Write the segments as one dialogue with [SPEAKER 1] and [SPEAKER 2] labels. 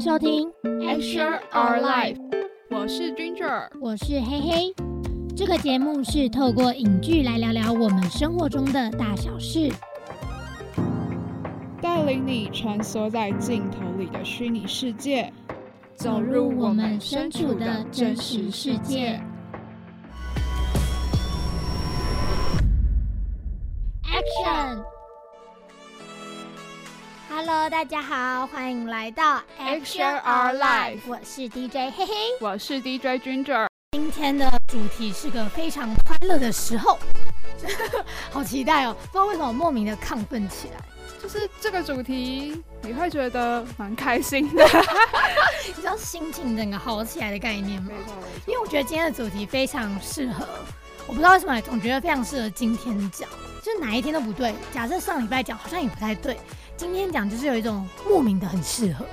[SPEAKER 1] 收听《
[SPEAKER 2] Extra Our Life》，我是 Ginger，
[SPEAKER 1] 我是嘿嘿。这个节目是透过影剧来聊聊我们生活中的大小事，
[SPEAKER 2] 带领你穿梭在镜头里的虚拟世界，
[SPEAKER 1] 走入我们身处的真实世界。。Action。Hello，大家好，欢迎来到
[SPEAKER 2] Action Our Life
[SPEAKER 1] 我是 DJ 嘿嘿。
[SPEAKER 2] 我是 DJ Ginger，
[SPEAKER 1] 今天的主题是个非常欢乐的时候， 好期待哦！不知道为什么莫名的亢奋起来。
[SPEAKER 2] 就是这个主题，你会觉得蛮开心 的。
[SPEAKER 1] 你知道心情整个好起来的概念吗？因为我觉得今天的主题非常适合，我不知道为什么，总觉得非常适合今天讲，就是哪一天都不对。假设上礼拜讲好像也不太对，今天讲就是有一种莫名的很适合，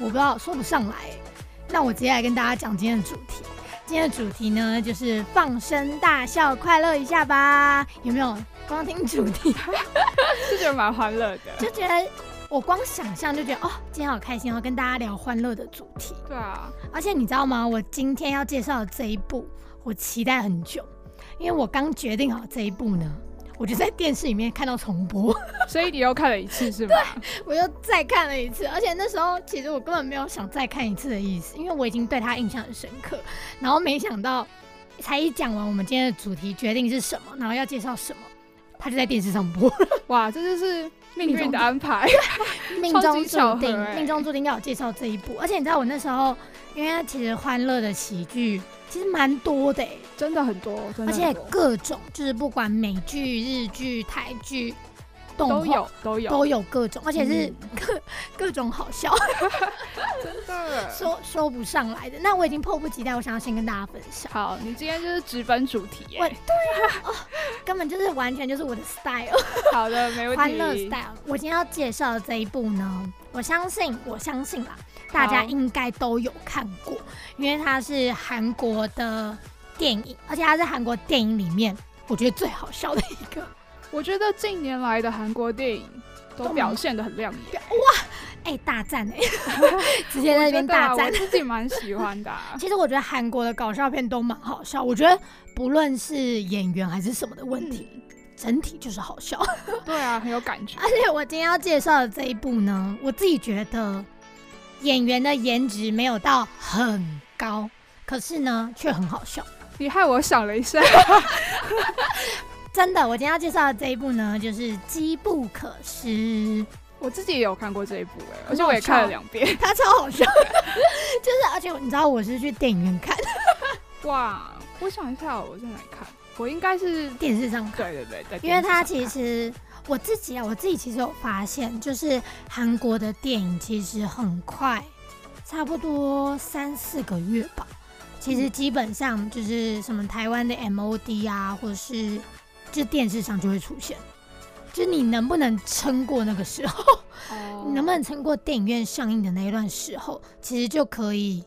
[SPEAKER 1] 我不知道说不上来。那我直接来跟大家讲今天的主题。今天的主题呢，就是放声大笑，快乐一下吧。有没有？光听主题
[SPEAKER 2] 就觉得蛮欢乐的。
[SPEAKER 1] 就觉得，我光想象就觉得哦，今天好开心哦，跟大家聊欢乐的主题。
[SPEAKER 2] 对啊，
[SPEAKER 1] 而且你知道吗？我今天要介绍的这一部，我期待很久，因为我刚决定好这一部呢，我就在电视里面看到重播，
[SPEAKER 2] 所以你又看了一次是吗？
[SPEAKER 1] 我又再看了一次。而且那时候其实我根本没有想再看一次的意思，因为我已经对它印象很深刻。然后没想到，才一讲完我们今天的主题决定是什么，然后要介绍什么，它就在电视上播，
[SPEAKER 2] 哇，这就是命运的安排。
[SPEAKER 1] 命
[SPEAKER 2] 超
[SPEAKER 1] 中
[SPEAKER 2] 级
[SPEAKER 1] 注
[SPEAKER 2] 巧合
[SPEAKER 1] 定，
[SPEAKER 2] 欸
[SPEAKER 1] 命中注定要有介绍这一部。而且你知道我那时候，因为其实欢乐的喜剧其实蛮多的、欸。
[SPEAKER 2] 真的很多，真的
[SPEAKER 1] 而且
[SPEAKER 2] 很多
[SPEAKER 1] 各种就是不管美剧、日剧、台剧、动画
[SPEAKER 2] 都有都有
[SPEAKER 1] 都有各种，而且是
[SPEAKER 2] 嗯
[SPEAKER 1] 各、 各种好笑，
[SPEAKER 2] 真的。
[SPEAKER 1] 说说不上来的。那我已经迫不及待，我想要先跟大家分享，
[SPEAKER 2] 好，你今天就是直奔主题耶
[SPEAKER 1] 我。根本就是完全就是我的 style，
[SPEAKER 2] 好的，没问题。
[SPEAKER 1] 欢乐 style。我今天要介绍的这一部呢，我相信我相信啦，大家应该都有看过，因为它是韩国的电影，而且它是韩国电影里面我觉得最好笑的 一个。
[SPEAKER 2] 我觉得近年来的韩国电影都表现的很亮眼，
[SPEAKER 1] 哎、大战哎、 直接 在那边大
[SPEAKER 2] 我觉得啊我
[SPEAKER 1] 战。
[SPEAKER 2] 自己蛮喜欢的啊、
[SPEAKER 1] 其实我觉得韩国的搞笑片都蛮好笑，我觉得不论是演员还是什么的 问题，整体就是好笑。
[SPEAKER 2] 对啊，很有感觉。
[SPEAKER 1] 而且我今天要介绍的这一部呢，我自己觉得演员的颜值没有到很高，可是呢却很好笑。
[SPEAKER 2] 你害我想了一下，
[SPEAKER 1] 真的，我今天要介绍的这一部呢，就是《机不可失》，
[SPEAKER 2] 我自己也有看过这一部哎、
[SPEAKER 1] 很好
[SPEAKER 2] 而且我也看了两遍。
[SPEAKER 1] 它超好笑， 就是而且你知道我是去电影院看，
[SPEAKER 2] 哇，我想一下，我在哪里看？我应该是
[SPEAKER 1] 电视上看。
[SPEAKER 2] 对对对，在电视
[SPEAKER 1] 因为它
[SPEAKER 2] 上
[SPEAKER 1] 其
[SPEAKER 2] 看
[SPEAKER 1] 实我自己啊，我自己其实有发现，就是韩国的电影其实很快，差不多三四个月吧。其实基本上就是什么台湾的 MOD 啊，或者是就电视上就会出现。就是你能不能撑过那个时候，
[SPEAKER 2] 哦
[SPEAKER 1] 你能不能撑过电影院上映的那一段时候，其实就可以，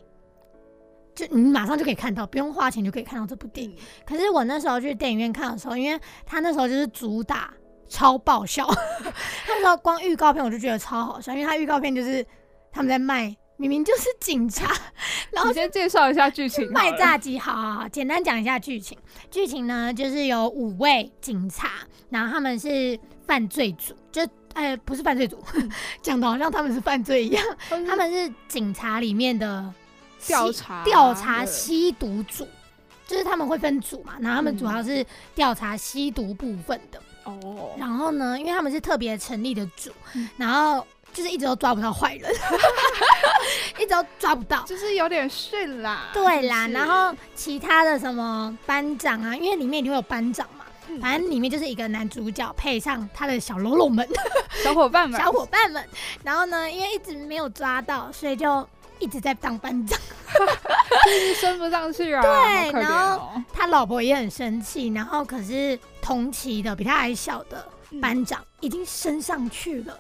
[SPEAKER 1] 就你马上就可以看到，不用花钱就可以看到这部电影。可是我那时候去电影院看的时候，因为他那时候就是主打超爆笑， 他那时候光预告片我就觉得超好笑，因为他预告片就是他们在卖，明明就是警察，然后
[SPEAKER 2] 你先介绍一下剧情好了。
[SPEAKER 1] 卖炸鸡，好好好，简单讲一下剧情。剧情呢，就是有五位警察，然后他们是犯罪组，就呃不是犯罪组， 讲的好像他们是犯罪一样，
[SPEAKER 2] 或是
[SPEAKER 1] 他们是警察里面的吸
[SPEAKER 2] 调查啊
[SPEAKER 1] 调查
[SPEAKER 2] 对
[SPEAKER 1] 吸毒组，就是他们会分组嘛，然后他们主要是调查吸毒部分的。
[SPEAKER 2] 哦，
[SPEAKER 1] 然后呢，因为他们是特别成立的组
[SPEAKER 2] 嗯，
[SPEAKER 1] 然后就是一直都抓不到坏 人，一直都抓不到。
[SPEAKER 2] 就是有点逊啦。
[SPEAKER 1] 对啦，
[SPEAKER 2] 就是
[SPEAKER 1] 然后其他的什么班长啊，因为里面一定会有班长嘛
[SPEAKER 2] 嗯，
[SPEAKER 1] 反正里面就是一个男主角配上他的小喽啰们、
[SPEAKER 2] 小伙伴们，
[SPEAKER 1] 小伙伴们，然后呢，因为一直没有抓到，所以就一直在当班长。
[SPEAKER 2] 就是升不上去啊，
[SPEAKER 1] 对
[SPEAKER 2] 好可怜哦。
[SPEAKER 1] 他老婆也很生气，然后可是同期的比他还小的
[SPEAKER 2] 嗯
[SPEAKER 1] 班长已经升上去了，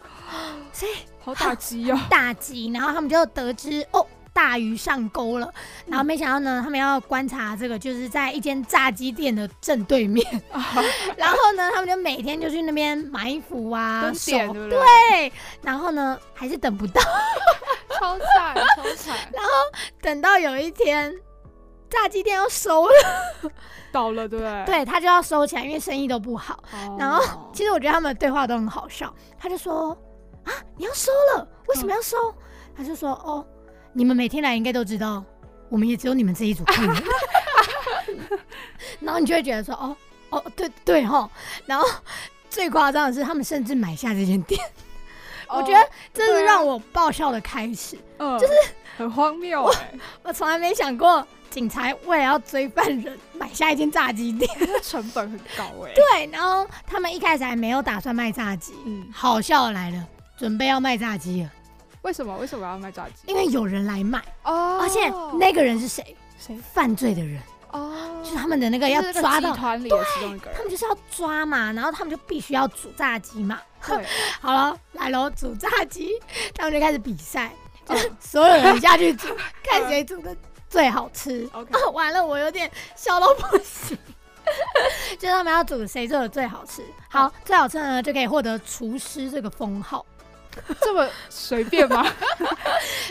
[SPEAKER 1] 所以
[SPEAKER 2] 好打击哦，
[SPEAKER 1] 大吉，然后他们就得知哦。大鱼上钩了，然后没想到呢，他们要观察这个，就是在一间炸鸡店的正对 面，然后呢，他们就每天就去那边埋伏啊，
[SPEAKER 2] 蹲点
[SPEAKER 1] 守
[SPEAKER 2] 对不对
[SPEAKER 1] 对，然后呢，还是等不到，
[SPEAKER 2] 超惨，超惨，
[SPEAKER 1] 等到有一天炸鸡店要收了，
[SPEAKER 2] 倒了，对不对？
[SPEAKER 1] 对他就要收起来，因为生意都不好。
[SPEAKER 2] 哦。
[SPEAKER 1] 然
[SPEAKER 2] 后
[SPEAKER 1] 其实我觉得他们的对话都很好笑。他就说：“啊，你要收了，为什么要收？”他就说：“哦，你们每天来应该都知道，我们也只有你们这一组客人。”然后你就会觉得说：“哦，哦，对对吼。”然后最夸张的是，他们甚至买下这间店，我觉得这是
[SPEAKER 2] 对啊
[SPEAKER 1] 让我爆笑的开始。
[SPEAKER 2] 嗯，就是很荒谬哎，
[SPEAKER 1] 我从来没想过，警察为了要追犯人，买下一间炸鸡店。
[SPEAKER 2] 这成本很高 哎。
[SPEAKER 1] 对，然后他们一开始还没有打算卖炸鸡，
[SPEAKER 2] 嗯，
[SPEAKER 1] 好笑的来了，准备要卖炸鸡了，
[SPEAKER 2] 为什么为什么要卖炸鸡？
[SPEAKER 1] 因为有人来卖，
[SPEAKER 2] 哦，
[SPEAKER 1] 而且那个人是谁？
[SPEAKER 2] 谁
[SPEAKER 1] 犯罪的人，
[SPEAKER 2] 哦，
[SPEAKER 1] 就是他们的那个
[SPEAKER 2] 就
[SPEAKER 1] 要
[SPEAKER 2] 是那个
[SPEAKER 1] 抓
[SPEAKER 2] 集
[SPEAKER 1] 到，
[SPEAKER 2] 团里的其中一个
[SPEAKER 1] 他
[SPEAKER 2] 人，
[SPEAKER 1] 们就是要抓嘛，然后他们就必须要煮炸鸡嘛。
[SPEAKER 2] 对，
[SPEAKER 1] 好了，来喽，煮炸鸡，他们就开始比赛，
[SPEAKER 2] 嗯
[SPEAKER 1] 就是所有人下去 煮，看谁煮的最好吃。
[SPEAKER 2] OK
[SPEAKER 1] 啊， 完了，我有点笑到不行。 就是他们要煮谁做的最好吃，好，最好吃的呢就可以获得厨师这个封号。
[SPEAKER 2] 这么随便 吗？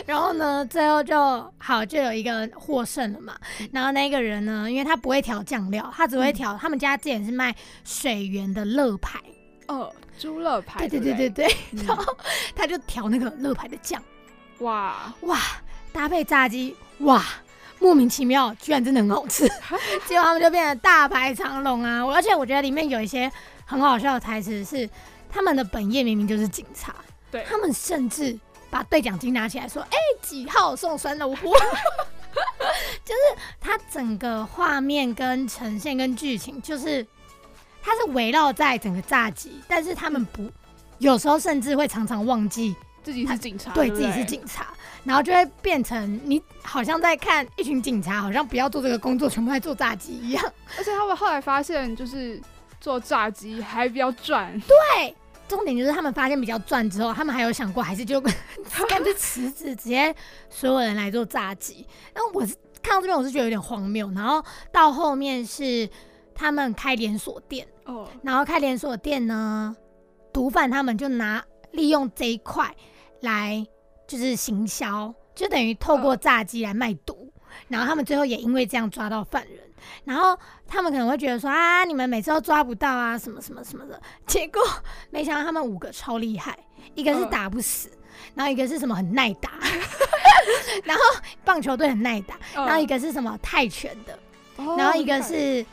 [SPEAKER 1] 然后呢，最后就好就有一个获胜了嘛。然后那个人呢，因为他不会调酱料，他只会调、他们家之前是卖水源的乐牌，
[SPEAKER 2] 哦，猪肋排，
[SPEAKER 1] 对对
[SPEAKER 2] 不
[SPEAKER 1] 对对对，
[SPEAKER 2] 嗯
[SPEAKER 1] 然后他就调那个乐牌的酱，
[SPEAKER 2] 哇，
[SPEAKER 1] 哇，搭配炸鸡，哇。莫名其妙，居然真的很好吃， 结果他们就变得大排长龙啊！我而且我觉得里面有一些很好笑的台词是，他们的本业明明就是警察，
[SPEAKER 2] 对
[SPEAKER 1] 他们甚至把对讲机拿起来说：“哎、几号送酸萝卜？” 就是它整个画面跟呈现跟剧情，就是它是围绕在整个炸鸡，但是他们不，有时候甚至会常常忘记
[SPEAKER 2] 自己是警察，
[SPEAKER 1] 对
[SPEAKER 2] 不
[SPEAKER 1] 自己是，警察，然后就会变成你好像在看一群警察，好像不要做这个工作，全部在做炸鸡一样。
[SPEAKER 2] 而且他们后来发现，就是做炸鸡还比较赚，
[SPEAKER 1] 重点就是他们发现比较赚之后，他们还有想过还是就 干脆辞职，直接所有人来做炸鸡。然后我是看到这边，我是觉得有点荒谬。然后到后面是他们开连锁店，
[SPEAKER 2] 哦，
[SPEAKER 1] 然后开连锁店呢，毒贩他们就拿利用这一块来就是行销，就等于透过炸鸡来卖毒。然后他们最后也因为这样抓到犯人，然后他们可能会觉得说啊，你们每次都抓不到啊，什么什么什么的。结果没想到他们五个超厉害，一个是
[SPEAKER 2] 嗯
[SPEAKER 1] 打不死，然后一个是什么很耐打，然后棒球队很耐打，
[SPEAKER 2] 嗯
[SPEAKER 1] 然后一个是什么泰拳的，
[SPEAKER 2] 哦，
[SPEAKER 1] 然后一个是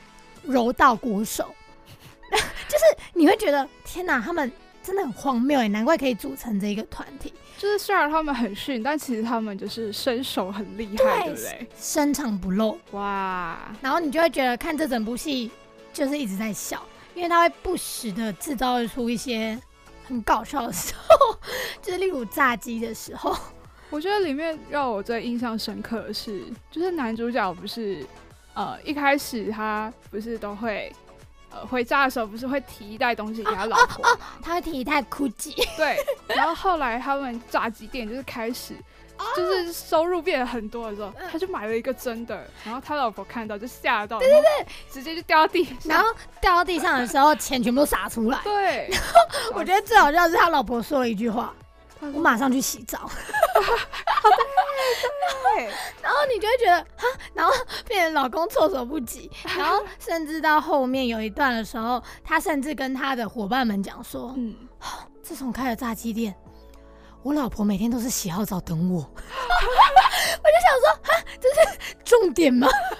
[SPEAKER 1] 柔道国手， 就是你会觉得天哪，他们真的很荒谬哎，难怪可以组成这一个团体，
[SPEAKER 2] 就是虽然他们很逊，但其实他们就是身手很厉害，
[SPEAKER 1] 对
[SPEAKER 2] 对不对？
[SPEAKER 1] 深藏不露。
[SPEAKER 2] 哇，
[SPEAKER 1] 然后你就会觉得看这整部戏就是一直在笑，因为他会不时的制造出一些很搞笑的时候， 就是例如炸鸡的时候，
[SPEAKER 2] 我觉得里面让我最印象深刻的是，就是男主角不是，呃，一开始他不是都会。呃，回家的时候不是会提一袋东西给他老
[SPEAKER 1] 啊
[SPEAKER 2] 婆吗？
[SPEAKER 1] 他会提一袋 Gucci，
[SPEAKER 2] 对，然后后来他们炸鸡店就是开始，
[SPEAKER 1] 哦
[SPEAKER 2] 就是收入变得很多的时候，
[SPEAKER 1] 嗯
[SPEAKER 2] 他就买了一个真的，然后他老婆看到就吓到，对对对，直接就掉到地上，
[SPEAKER 1] 然后掉到地上的时候，钱全部都洒 出来。
[SPEAKER 2] 对，
[SPEAKER 1] 我觉得最好笑的是他老婆说了一句话
[SPEAKER 2] 他：“说
[SPEAKER 1] 我马上去洗澡。”
[SPEAKER 2] 对，
[SPEAKER 1] 然后你就会觉得哈，然后变成老公措手不及，然后甚至到后面有一段的时候，他甚至跟他的伙伴们讲说，
[SPEAKER 2] 嗯，
[SPEAKER 1] 自从开了炸鸡店，我老婆每天都是洗好澡等我。 我就想说，哈，这是重点吗？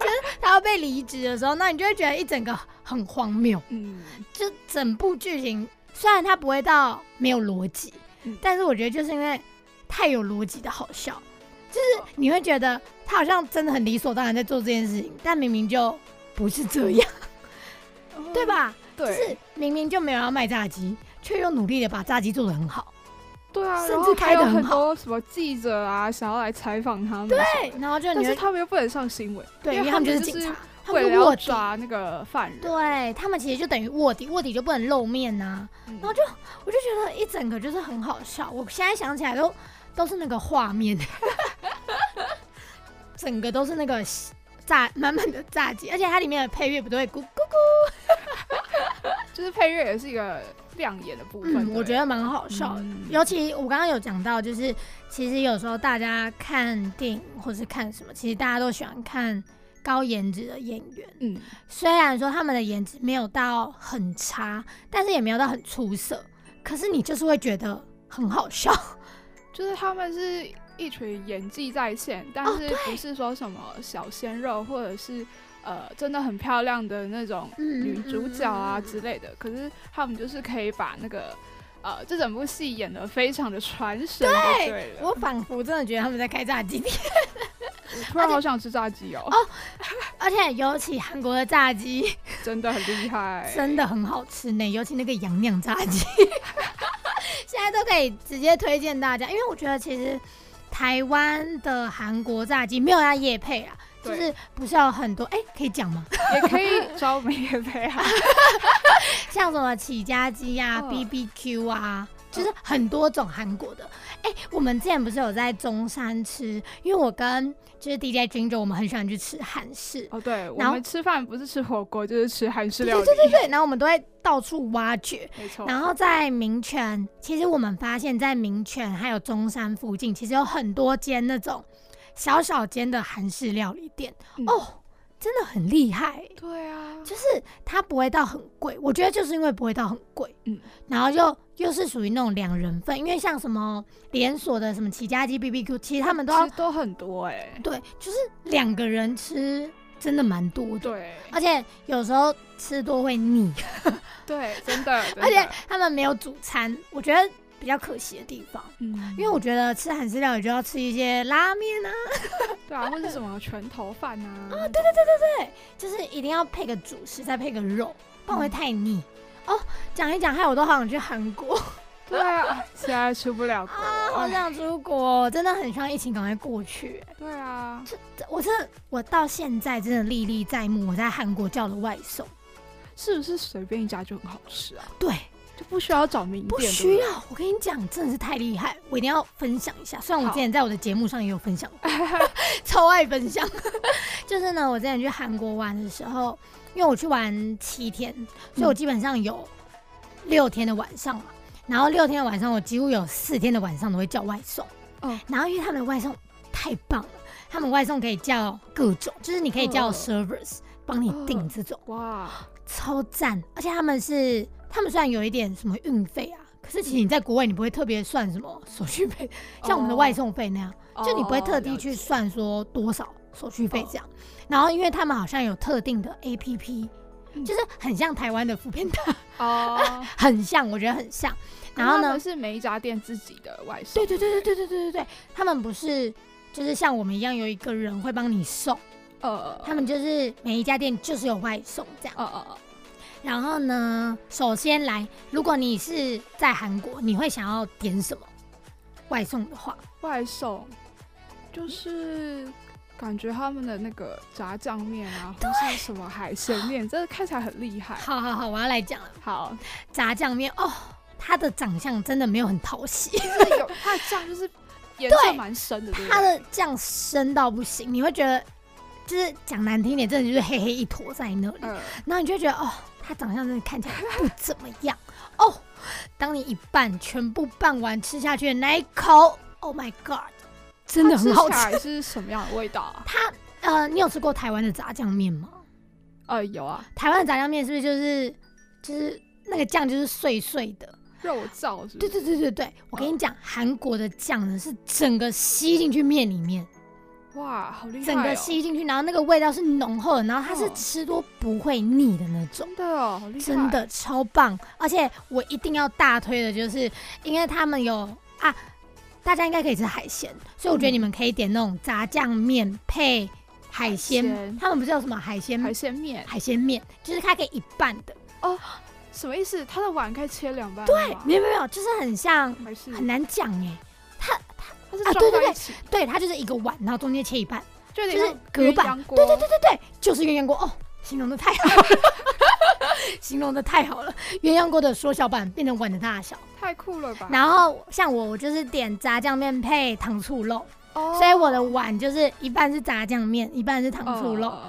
[SPEAKER 1] 就是他要被离职的时候，那你就会觉得一整个很荒谬。
[SPEAKER 2] 嗯，
[SPEAKER 1] 就整部剧情虽然它不会到没有逻辑，
[SPEAKER 2] 嗯
[SPEAKER 1] 但是我觉得就是因为太有逻辑的好笑，
[SPEAKER 2] 哦
[SPEAKER 1] 就是你会觉得他好像真的很理所当然在做这件事情，但明明就不是这样，嗯对？吧？就
[SPEAKER 2] 嗯对，
[SPEAKER 1] 是明明就没有要卖炸鸡，却又努力的把炸鸡做得很好，
[SPEAKER 2] 对啊，
[SPEAKER 1] 甚
[SPEAKER 2] 然
[SPEAKER 1] 至
[SPEAKER 2] 后
[SPEAKER 1] 开
[SPEAKER 2] 还有
[SPEAKER 1] 得很
[SPEAKER 2] 很
[SPEAKER 1] 好
[SPEAKER 2] 多什么记者啊，想要来采访他们，对，
[SPEAKER 1] 对，然后就
[SPEAKER 2] 但
[SPEAKER 1] 你
[SPEAKER 2] 是
[SPEAKER 1] 会
[SPEAKER 2] 他们又不能上新闻，
[SPEAKER 1] 对，因
[SPEAKER 2] 因
[SPEAKER 1] 为
[SPEAKER 2] 为
[SPEAKER 1] 他们
[SPEAKER 2] 他
[SPEAKER 1] 就是
[SPEAKER 2] 们
[SPEAKER 1] 警
[SPEAKER 2] 就是
[SPEAKER 1] 察，他
[SPEAKER 2] 为
[SPEAKER 1] 们
[SPEAKER 2] 了
[SPEAKER 1] 是
[SPEAKER 2] 要
[SPEAKER 1] 卧底，
[SPEAKER 2] 抓那个犯人，
[SPEAKER 1] 对他们其实就等于卧底，卧底就不能露面啊呐、
[SPEAKER 2] 嗯
[SPEAKER 1] 然后我就觉得一整个就是很好笑，我现在想起来都都是那个画面， 整个都是那个炸满满的炸鸡，而且它里面的配乐不对，咕咕咕，
[SPEAKER 2] 就是配乐也是一个亮眼的部分。
[SPEAKER 1] 嗯，我觉
[SPEAKER 2] 得
[SPEAKER 1] 得蛮好笑的。
[SPEAKER 2] 嗯
[SPEAKER 1] 尤其我刚刚有讲到，就是其实有时候大家看电影或是看什么，其实大家都喜欢看高颜值的演员。
[SPEAKER 2] 嗯，
[SPEAKER 1] 虽然说他们的颜值没有到很差，但是也没有到很出色，可是你就是会觉得很好笑。
[SPEAKER 2] 就是他们是一群演技在线，但
[SPEAKER 1] 哦
[SPEAKER 2] 是不是说什么小鲜肉或者是呃真的很漂亮的那种
[SPEAKER 1] 嗯
[SPEAKER 2] 女主角啊之类的，可是他们就是可以把那个呃这整部戏演得非常的传神就
[SPEAKER 1] 对啊
[SPEAKER 2] 对了。
[SPEAKER 1] 我仿佛真的觉得他们在开炸鸡店，
[SPEAKER 2] 我突然好想吃炸鸡哦，
[SPEAKER 1] 而且尤其韩国的炸鸡
[SPEAKER 2] 真的很厉害，
[SPEAKER 1] 真的很好吃呢，尤其那个洋酿炸 鸡，现在都可以直接推荐大家，因为我觉得其实台湾的韩国炸鸡没有要夜配啊，就
[SPEAKER 2] 对
[SPEAKER 1] 是不是有很多哎、可以讲 吗？
[SPEAKER 2] 也可以招美也配 啊。
[SPEAKER 1] 像什么起家鸡呀、
[SPEAKER 2] 嗯
[SPEAKER 1] BBQ 啊，就是很多种韩国的。哎、我们之前不是有在中山吃，因为我跟就是 DJ Ginger，我们很喜欢去吃韩式。
[SPEAKER 2] 哦，对，我
[SPEAKER 1] 然后
[SPEAKER 2] 们吃饭不是吃火锅，就是吃韩式
[SPEAKER 1] 对
[SPEAKER 2] 料理
[SPEAKER 1] 对，对对，然后我们都会到处挖掘。
[SPEAKER 2] 没错。
[SPEAKER 1] 然后在民权，其实我们发现，在民权还有中山附近，其实有很多间那种小小间的韩式料理店、
[SPEAKER 2] 嗯
[SPEAKER 1] 哦，真的很厉害、欸
[SPEAKER 2] 对啊，
[SPEAKER 1] 就是它不会到很贵，我觉得就是因为不会到很贵，嗯
[SPEAKER 2] 嗯，
[SPEAKER 1] 然后就又是属于那种两人份，因为像什么连锁的什么起家鸡 BBQ，其实他们都要
[SPEAKER 2] 其实都很多哎、
[SPEAKER 1] 对，就是两个人吃真的蛮多的，
[SPEAKER 2] 对
[SPEAKER 1] 而且有时候吃多会腻，
[SPEAKER 2] 对，真的，真的
[SPEAKER 1] 而且他们没有主餐，我觉得比较可惜的地方，
[SPEAKER 2] 嗯，
[SPEAKER 1] 因为我觉得吃韩式料理就要吃一些拉面啊，
[SPEAKER 2] 对啊，或者什么拳头饭啊，啊，
[SPEAKER 1] 就是一定要配个主食，再配个肉，不然会太腻。
[SPEAKER 2] 嗯
[SPEAKER 1] 哦，讲一讲，害我都好想去韩国。
[SPEAKER 2] 对啊，现在出不了国，
[SPEAKER 1] 啊，好想出国，真的很希望疫情赶快过去。
[SPEAKER 2] 对啊，
[SPEAKER 1] 这我真的，我到现在真的历历在目。我在韩国叫的外送，
[SPEAKER 2] 是不是随便一家就很好吃啊？
[SPEAKER 1] 对，
[SPEAKER 2] 就不需要找名店，
[SPEAKER 1] 不
[SPEAKER 2] 对
[SPEAKER 1] 需
[SPEAKER 2] 对
[SPEAKER 1] 要。我跟你讲，真的是太厉害，我一定要分享一下。虽然我
[SPEAKER 2] 好
[SPEAKER 1] 之前在我的节目上也有分享 过，超爱分享。 就是呢，我之前去韩国玩的时候，因为我去玩七天，所
[SPEAKER 2] 嗯
[SPEAKER 1] 以我基本上有六天的晚上嘛。然后六天的晚上，我几乎有四天的晚上都会叫外送。
[SPEAKER 2] 哦
[SPEAKER 1] 然后因为他们的外送太棒了，他们外送可以叫各种，就是你可以叫
[SPEAKER 2] 嗯
[SPEAKER 1] servers 帮你
[SPEAKER 2] 哦
[SPEAKER 1] 订这种，
[SPEAKER 2] 哇，
[SPEAKER 1] 超赞。而且他们是，他们虽然有一点什么运费啊，可是其
[SPEAKER 2] 嗯
[SPEAKER 1] 实你在国外你不会特别算什么手续费，
[SPEAKER 2] 哦
[SPEAKER 1] 像我们的外送费那样，就你不会特地去算说多少手续
[SPEAKER 2] 哦
[SPEAKER 1] 费这样。然后因为他们好像有特定的 APP，
[SPEAKER 2] 嗯
[SPEAKER 1] 就是很像台湾的福片大，
[SPEAKER 2] 哦，了解
[SPEAKER 1] 很像，我觉得很像。
[SPEAKER 2] 哦
[SPEAKER 1] 然后
[SPEAKER 2] 他
[SPEAKER 1] 呢
[SPEAKER 2] 们，是每一家店自己的外送，
[SPEAKER 1] 对对对对对对对对对，他们不是就是像我们一样有一个人会帮你送，
[SPEAKER 2] 呃，
[SPEAKER 1] 他们就是每一家店就是有外送这样。
[SPEAKER 2] 呃呃呃，
[SPEAKER 1] 然后呢，首先来，如果你是在韩国，你会想要点什么外送的话，
[SPEAKER 2] 外送就是。感觉他们的那个炸酱面啊，或是什么海鲜面，真的看起来很厉害。
[SPEAKER 1] 好好好，我要来讲了，
[SPEAKER 2] 好，
[SPEAKER 1] 炸酱面哦。他的长相真的没有很讨喜，
[SPEAKER 2] 就是有它的酱就是颜色
[SPEAKER 1] 对
[SPEAKER 2] 蛮深的，对不
[SPEAKER 1] 他
[SPEAKER 2] 对？
[SPEAKER 1] 的酱深到不行，你会觉得就是讲难听点，真的就是黑黑一坨在那里。
[SPEAKER 2] 呃，
[SPEAKER 1] 然后你就觉得哦，他长相真的看起来不怎么样哦。当你一拌全部拌完吃下去的那一口，Oh my God，真的
[SPEAKER 2] 它吃
[SPEAKER 1] 很好
[SPEAKER 2] 起
[SPEAKER 1] 吃。
[SPEAKER 2] 来是什么样的味道啊？
[SPEAKER 1] 它呃，你有吃过台湾的炸酱面吗？
[SPEAKER 2] 呃，有啊，
[SPEAKER 1] 台湾的炸酱面是不是就是就是那个酱就是碎碎的？
[SPEAKER 2] 肉燥是不
[SPEAKER 1] 对
[SPEAKER 2] 是？
[SPEAKER 1] 对对对对，我跟你讲，韩国的酱呢是整个吸进去面里面，
[SPEAKER 2] 哇，好厉害、哦！
[SPEAKER 1] 整个吸进去，然后那个味道是浓厚的，然后它是
[SPEAKER 2] 哦
[SPEAKER 1] 吃多不会腻的那种。
[SPEAKER 2] 真的哦，好厉害！
[SPEAKER 1] 真，的超棒，而且我一定要大推的，就是因为他们有啊，大家应该可以吃海鲜，所以我觉得
[SPEAKER 2] 嗯
[SPEAKER 1] 你们可以点那种炸酱面配海
[SPEAKER 2] 海
[SPEAKER 1] 鲜
[SPEAKER 2] 鲜，
[SPEAKER 1] 他们不是有什么海鲜
[SPEAKER 2] 海鲜面
[SPEAKER 1] 海鲜面，就是它可以一半的，
[SPEAKER 2] 什么意思？它的碗可以切两半对
[SPEAKER 1] 没有没有没有，就是很像
[SPEAKER 2] 还是
[SPEAKER 1] 很难讲哎，
[SPEAKER 2] 它是
[SPEAKER 1] 啊对
[SPEAKER 2] 装
[SPEAKER 1] 对
[SPEAKER 2] 在一起，
[SPEAKER 1] 对，它就是一个碗，然后中间切一半，
[SPEAKER 2] 就有
[SPEAKER 1] 就
[SPEAKER 2] 点
[SPEAKER 1] 是
[SPEAKER 2] 像
[SPEAKER 1] 隔板
[SPEAKER 2] 鸳鸯锅。对对对对，
[SPEAKER 1] 对，就是鸳鸯锅哦，形容的太好了， 形容的太好了，鸳鸯锅的缩小版变成碗的大小。
[SPEAKER 2] 太酷了吧！
[SPEAKER 1] 然后像我，我就是点炸酱面配糖醋肉，
[SPEAKER 2] 哦
[SPEAKER 1] 所以我的碗就是一
[SPEAKER 2] 哦
[SPEAKER 1] 半是炸酱面，一半是糖醋肉。
[SPEAKER 2] 哦，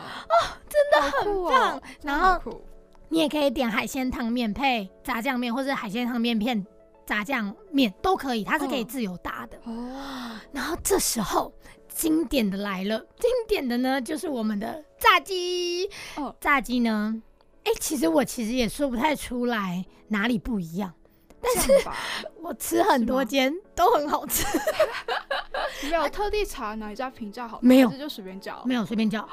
[SPEAKER 2] 真的很
[SPEAKER 1] 棒然后
[SPEAKER 2] 酷
[SPEAKER 1] 你也可以点海鲜汤面配炸酱面，或者海鲜汤面片炸酱面都可以，它是可以
[SPEAKER 2] 嗯
[SPEAKER 1] 自由搭的。
[SPEAKER 2] 哦，
[SPEAKER 1] 然后这时候经典的来了，经典的呢就是我们的炸鸡。
[SPEAKER 2] 哦
[SPEAKER 1] 炸鸡呢，哎、其实我其实也说不太出来哪里不一样，
[SPEAKER 2] 但是吧，
[SPEAKER 1] 我吃很多
[SPEAKER 2] 是吗
[SPEAKER 1] 间都很好吃，
[SPEAKER 2] 你没有特地查哪一家评价好，
[SPEAKER 1] 哎没有
[SPEAKER 2] 还是就随便叫，嗯
[SPEAKER 1] 没有随便叫，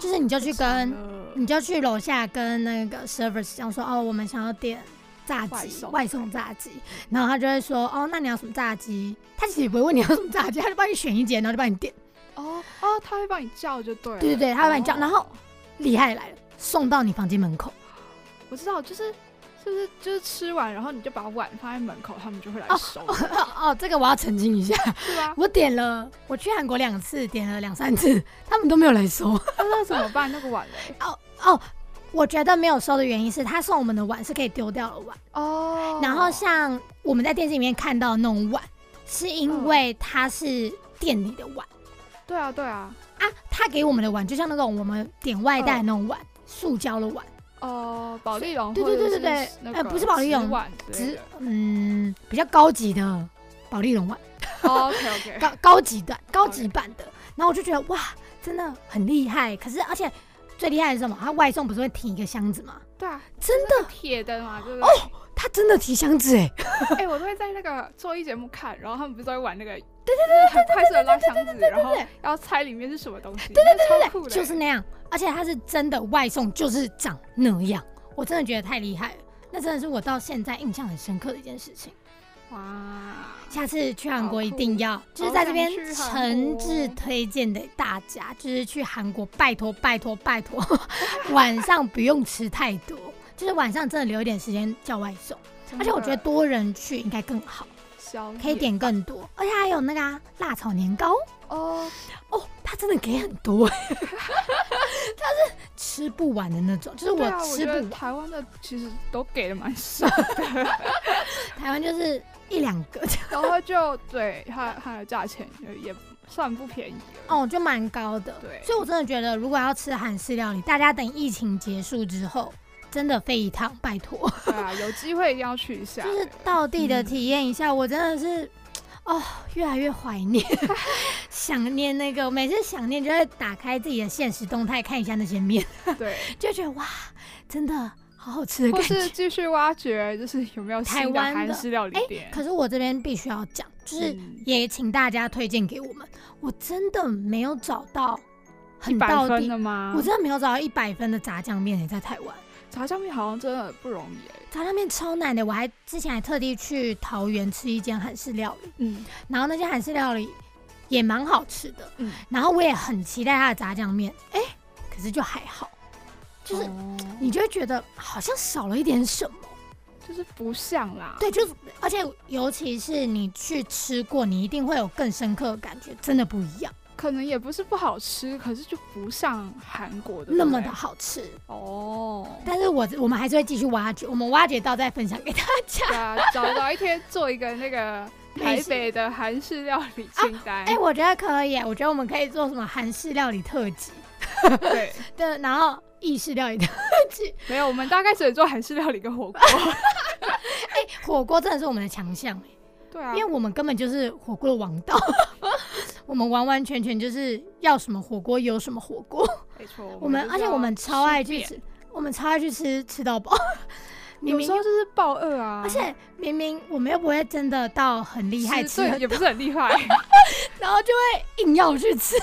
[SPEAKER 1] 就是你就去跟
[SPEAKER 2] 跟
[SPEAKER 1] 你就去楼下跟那个 servers 讲说，哦，我们想要点炸
[SPEAKER 2] 外
[SPEAKER 1] 鸡，
[SPEAKER 2] 送
[SPEAKER 1] 外送炸鸡，然后他就会说，哦，那你要什么炸鸡？他其实也不会问你要什么炸鸡，他就帮你选一间，然后就帮你点。
[SPEAKER 2] 哦哦，他会帮你叫就对了，
[SPEAKER 1] 对对对他会帮你叫
[SPEAKER 2] 哦
[SPEAKER 1] 然后厉害来了，送到你房间门口。
[SPEAKER 2] 我知道，就是是不是就是吃完，然后你就把碗放在门口，他们就会来收，
[SPEAKER 1] 哦，这个我要澄清一下，
[SPEAKER 2] 是吧？
[SPEAKER 1] 我点了，我去韩国两次，点了两三次， 他们都没有来收。
[SPEAKER 2] 那怎么办？那个碗嘞？
[SPEAKER 1] 哦哦，我觉得没有收的原因是他送我们的碗是可以丢掉的碗。
[SPEAKER 2] 哦，
[SPEAKER 1] 然后像我们在电视里面看到那种碗，是因为它是店里的碗、
[SPEAKER 2] 对啊对啊，
[SPEAKER 1] 啊，他给我们的碗就像那种我们点外带那种碗，塑胶的碗，
[SPEAKER 2] 哦，保利龙
[SPEAKER 1] 对
[SPEAKER 2] 或
[SPEAKER 1] 对
[SPEAKER 2] 者
[SPEAKER 1] 对
[SPEAKER 2] 是
[SPEAKER 1] 对对
[SPEAKER 2] 那
[SPEAKER 1] 呃
[SPEAKER 2] 个
[SPEAKER 1] 不是保利龙
[SPEAKER 2] 瓷碗之类
[SPEAKER 1] 只
[SPEAKER 2] 的。
[SPEAKER 1] 嗯比较高级的保利龙碗，
[SPEAKER 2] OK OK，
[SPEAKER 1] 高高级的高级版的。然后我就觉得哇，真的很厉害。可是而且最厉害的是什么？他外送不是会提一个箱子吗？
[SPEAKER 2] 对啊，
[SPEAKER 1] 真哦
[SPEAKER 2] 的铁的嘛，对不对？
[SPEAKER 1] 他真的提箱子哎、
[SPEAKER 2] 哎，我都会在那个综艺节目看，然后他们不是都会玩那个，对对对，很快速的拉箱子，然后要猜里面是什么东西，对对对，超酷的，
[SPEAKER 1] 就是那样，而且它是真的外送，就是长那样，我真的觉得太厉害了。那真的是我到现在印象很深刻的一件事情。
[SPEAKER 2] 哇，
[SPEAKER 1] 下次去韩
[SPEAKER 2] 好
[SPEAKER 1] 国一
[SPEAKER 2] 酷
[SPEAKER 1] 定要，就是在这边
[SPEAKER 2] 好想去韩
[SPEAKER 1] 诚
[SPEAKER 2] 国
[SPEAKER 1] 挚推荐给大家，就是去韩国，拜托拜托拜托，晚上不用吃太多，就是晚上真的留一点时间叫外送，而且我觉得多人去应该更好，
[SPEAKER 2] 宵夜
[SPEAKER 1] 可以点更多，而且还有那个、啊、辣炒年糕。
[SPEAKER 2] 哦，
[SPEAKER 1] 哦，他真的给很 多，他是吃不完的那种，就是
[SPEAKER 2] 对啊，我
[SPEAKER 1] 吃
[SPEAKER 2] 觉
[SPEAKER 1] 不
[SPEAKER 2] 得
[SPEAKER 1] 完。
[SPEAKER 2] 台湾的其实都给的蛮 少，
[SPEAKER 1] 台湾就是一两 个这样，
[SPEAKER 2] 然后就对它它的价钱也也算不便宜了。
[SPEAKER 1] 哦，就蛮高的。
[SPEAKER 2] 对
[SPEAKER 1] 所以我真的觉得，如果要吃韩式料理，大家等疫情结束之后，真的飞一趟，拜托，
[SPEAKER 2] 对啊，有机会一定要去一下。
[SPEAKER 1] 就是到地的
[SPEAKER 2] 嗯
[SPEAKER 1] 体验一下，我真的是。哦，越来越怀 念，想念那个，每次想念就会打开自己的现实动态看一下那些面，
[SPEAKER 2] 对，
[SPEAKER 1] 就觉得哇，真的好好吃的
[SPEAKER 2] 或
[SPEAKER 1] 感觉。
[SPEAKER 2] 是继续挖掘，就是有没有
[SPEAKER 1] 台
[SPEAKER 2] 新的
[SPEAKER 1] 湾的哎
[SPEAKER 2] 韩式料理店？
[SPEAKER 1] 可是我这边必须要讲，就是
[SPEAKER 2] 嗯
[SPEAKER 1] 也请大家推荐给我们，我真的没有找到很
[SPEAKER 2] 百
[SPEAKER 1] 到
[SPEAKER 2] 分
[SPEAKER 1] 底
[SPEAKER 2] 的，吗？
[SPEAKER 1] 我真的没有找到一百分的炸酱面欸诶，在台湾
[SPEAKER 2] 炸酱面好像真的不容易哎。
[SPEAKER 1] 炸酱面超难的，我还之前还特地去桃园吃一间韩式料理，
[SPEAKER 2] 嗯，
[SPEAKER 1] 然后那间韩式料理也蛮好吃的，
[SPEAKER 2] 嗯
[SPEAKER 1] 然后我也很期待它的炸酱面，哎、可是就还好，就是
[SPEAKER 2] 哦
[SPEAKER 1] 你就会觉得好像少了一点什么。
[SPEAKER 2] 就是不像啦。
[SPEAKER 1] 对，就是，而且尤其是你去吃过，你一定会有更深刻的感觉，真的不一样，
[SPEAKER 2] 可能也不是不好吃，可是就不像韩国的
[SPEAKER 1] 那么的好吃。
[SPEAKER 2] 哦。
[SPEAKER 1] 但是我我们还是会继续挖掘，我们挖掘到再分享给大家。
[SPEAKER 2] 对啊，找找一天做一个那个
[SPEAKER 1] 美
[SPEAKER 2] 台
[SPEAKER 1] 食
[SPEAKER 2] 北的韩式料理清单。
[SPEAKER 1] 哎、我觉得可以耶，我觉得我们可以做什么韩式料理特辑，
[SPEAKER 2] 对，
[SPEAKER 1] 对，然后意式料理特辑，
[SPEAKER 2] 没有，我们大概只能做韩式料理跟火锅。
[SPEAKER 1] 啊火锅真的是我们的强项耶
[SPEAKER 2] 对啊，
[SPEAKER 1] 因为我们根本就是火锅的王道， 我们完完全全就是要什么火锅有什么火锅。
[SPEAKER 2] 没错，
[SPEAKER 1] 我们
[SPEAKER 2] 就是
[SPEAKER 1] 而且
[SPEAKER 2] 要
[SPEAKER 1] 我们超爱去
[SPEAKER 2] 吃
[SPEAKER 1] 吃，我们超爱去吃吃到饱。明
[SPEAKER 2] 有
[SPEAKER 1] 明
[SPEAKER 2] 时候就是爆饿啊，
[SPEAKER 1] 而且明明我们又不会真的到很厉害吃
[SPEAKER 2] 对，也不是很厉害。
[SPEAKER 1] 然后就会硬要去吃。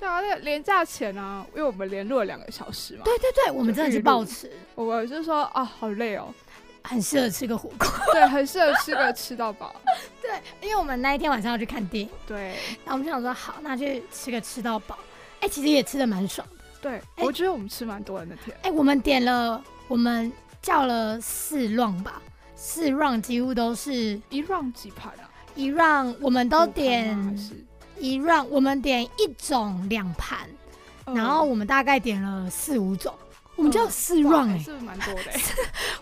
[SPEAKER 2] 对啊，那个廉价钱啊，因为我们连录了两个小时嘛，
[SPEAKER 1] 对对 对，我们真的是暴吃，
[SPEAKER 2] 我们就说啊，好累哦，
[SPEAKER 1] 很适合吃个火锅。
[SPEAKER 2] 对，很适合吃个吃 到饱。
[SPEAKER 1] 对，因为我们那一天晚上要去看电影，
[SPEAKER 2] 对
[SPEAKER 1] 然后我们就想说好，那去吃个吃到饱。哎、其实也吃的蛮爽的。
[SPEAKER 2] 对，我觉得我们吃蛮多的那天，
[SPEAKER 1] 哎、我们点了，我们叫了四 round 吧，四 round 几乎都是
[SPEAKER 2] 一 round 几盘啊，
[SPEAKER 1] 一 round，我们都
[SPEAKER 2] 五盘啊吗还
[SPEAKER 1] 点
[SPEAKER 2] 是，
[SPEAKER 1] 一 round，我们点一种两盘，
[SPEAKER 2] 嗯
[SPEAKER 1] 然后我们大概点了四五种。我们就有四 round 哎、
[SPEAKER 2] 是不是蛮多的、 欸？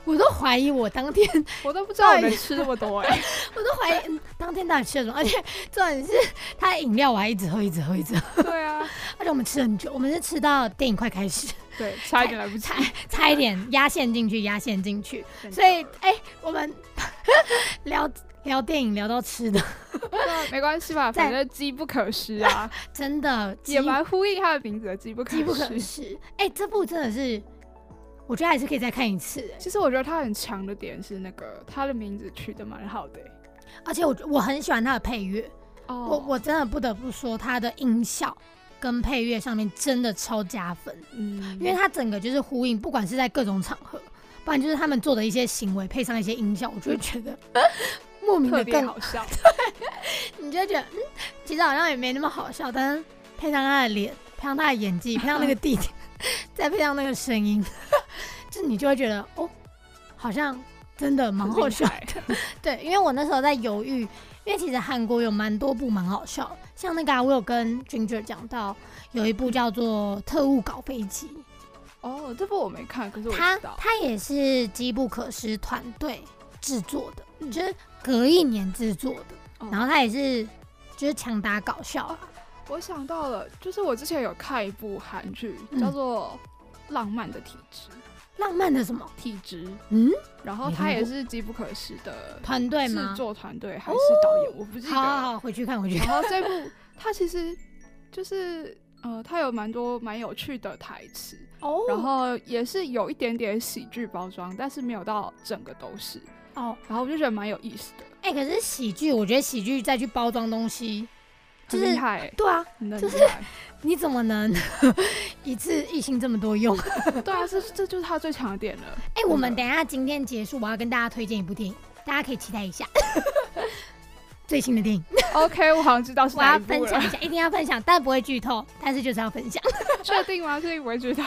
[SPEAKER 1] 我都怀疑我当天，
[SPEAKER 2] 我都不知道我能吃这么 多哎、
[SPEAKER 1] 我都怀疑嗯当天到底吃了什么，而且重点是他的饮料我还一直喝，一直喝，一直喝，
[SPEAKER 2] 对啊，
[SPEAKER 1] 而且我们吃很久，我们是吃到电影快开始，
[SPEAKER 2] 对，差一点来不及
[SPEAKER 1] 差。差一点压线进去，压线进去，
[SPEAKER 2] 真的
[SPEAKER 1] 所以哎、我们聊聊电影聊到吃的，
[SPEAKER 2] 那啊没关系吧，
[SPEAKER 1] 在
[SPEAKER 2] 反正机不可失啊，
[SPEAKER 1] 真的 机
[SPEAKER 2] 也蛮呼应他的名字的，机不可
[SPEAKER 1] 机不可
[SPEAKER 2] 失。
[SPEAKER 1] 失。哎、这部真的是，我觉得还是可以再看一次、哎
[SPEAKER 2] 其实我觉得他很强的点是那个他的名字取得蛮好的欸、
[SPEAKER 1] 而且我我很喜欢它的配乐，
[SPEAKER 2] 哦
[SPEAKER 1] 我我真的不得不说它的音效跟配乐上面真的超加分。
[SPEAKER 2] 嗯，
[SPEAKER 1] 因为它整个就是呼应，不管是在各种场合，不然就是他们做的一些行为配上一些音效，我就会觉 得莫名
[SPEAKER 2] 特
[SPEAKER 1] 的
[SPEAKER 2] 别
[SPEAKER 1] 更，
[SPEAKER 2] 好笑。
[SPEAKER 1] 你就会觉得嗯，其实好像也没那么好笑，但是配上他的脸，配上他的演 技，配上那个地点，再配上那个声音， 就你就会觉得哦，好像真的 蛮好 笑
[SPEAKER 2] 很厉
[SPEAKER 1] 的。对，因为我那时候在犹豫，因为其实韩国有蛮多部蛮好笑的，像那个、啊、我有跟 Ginger 讲到，有一部叫做《特务搞飞机》。
[SPEAKER 2] 哦，这部我没看，可是我
[SPEAKER 1] 他
[SPEAKER 2] 知道。
[SPEAKER 1] 他也是机不可失团队制作的，就是隔一年制作的
[SPEAKER 2] 嗯哦，
[SPEAKER 1] 然后他也是就是强打搞笑啊啦，
[SPEAKER 2] 我想到了，就是我之前有看一部韩剧
[SPEAKER 1] 嗯，
[SPEAKER 2] 叫做《浪漫的体质》，
[SPEAKER 1] 浪漫的什么？
[SPEAKER 2] 体质，
[SPEAKER 1] 嗯，
[SPEAKER 2] 然后
[SPEAKER 1] 没
[SPEAKER 2] 它
[SPEAKER 1] 看
[SPEAKER 2] 也
[SPEAKER 1] 过
[SPEAKER 2] 是机不可失的
[SPEAKER 1] 团队
[SPEAKER 2] 制
[SPEAKER 1] 吗？哦
[SPEAKER 2] 作团队还是导演，我不记得
[SPEAKER 1] 好好
[SPEAKER 2] 了。
[SPEAKER 1] 好，回去看，回去看。
[SPEAKER 2] 然后这部它其实就是呃，它有蛮多蛮有趣的台词，
[SPEAKER 1] 哦
[SPEAKER 2] 然后也是有一点点喜剧包装，但是没有到整个都是。
[SPEAKER 1] 哦，
[SPEAKER 2] 然后我就觉得蛮有意思的，
[SPEAKER 1] 哎、可是喜剧，我觉得喜剧再去包装东西，就
[SPEAKER 2] 很
[SPEAKER 1] 是
[SPEAKER 2] 厉害欸，
[SPEAKER 1] 对啊，
[SPEAKER 2] 很厉
[SPEAKER 1] 就是
[SPEAKER 2] 害。
[SPEAKER 1] 你怎么能 一次一心这么多 用？
[SPEAKER 2] 对啊，这这就是他最强的点了。
[SPEAKER 1] 哎、我们等一下今天结束，我要跟大家推荐一部电影，大家可以期待一下 最新的电影。
[SPEAKER 2] OK，我好像知道哦是
[SPEAKER 1] 我
[SPEAKER 2] 哪
[SPEAKER 1] 要
[SPEAKER 2] 一部
[SPEAKER 1] 分
[SPEAKER 2] 了
[SPEAKER 1] 享，一下，一定要分享，但不会剧透，但是就是要分享。
[SPEAKER 2] 确定吗？确定不 会剧透？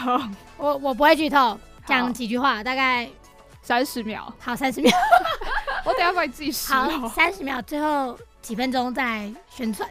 [SPEAKER 1] 我我不会剧透，讲几句话，大概
[SPEAKER 2] 三十秒，
[SPEAKER 1] 好三十秒，
[SPEAKER 2] 我等一下帮你计 时
[SPEAKER 1] 好
[SPEAKER 2] 哦。
[SPEAKER 1] 三十秒，最后几分钟再来宣 传，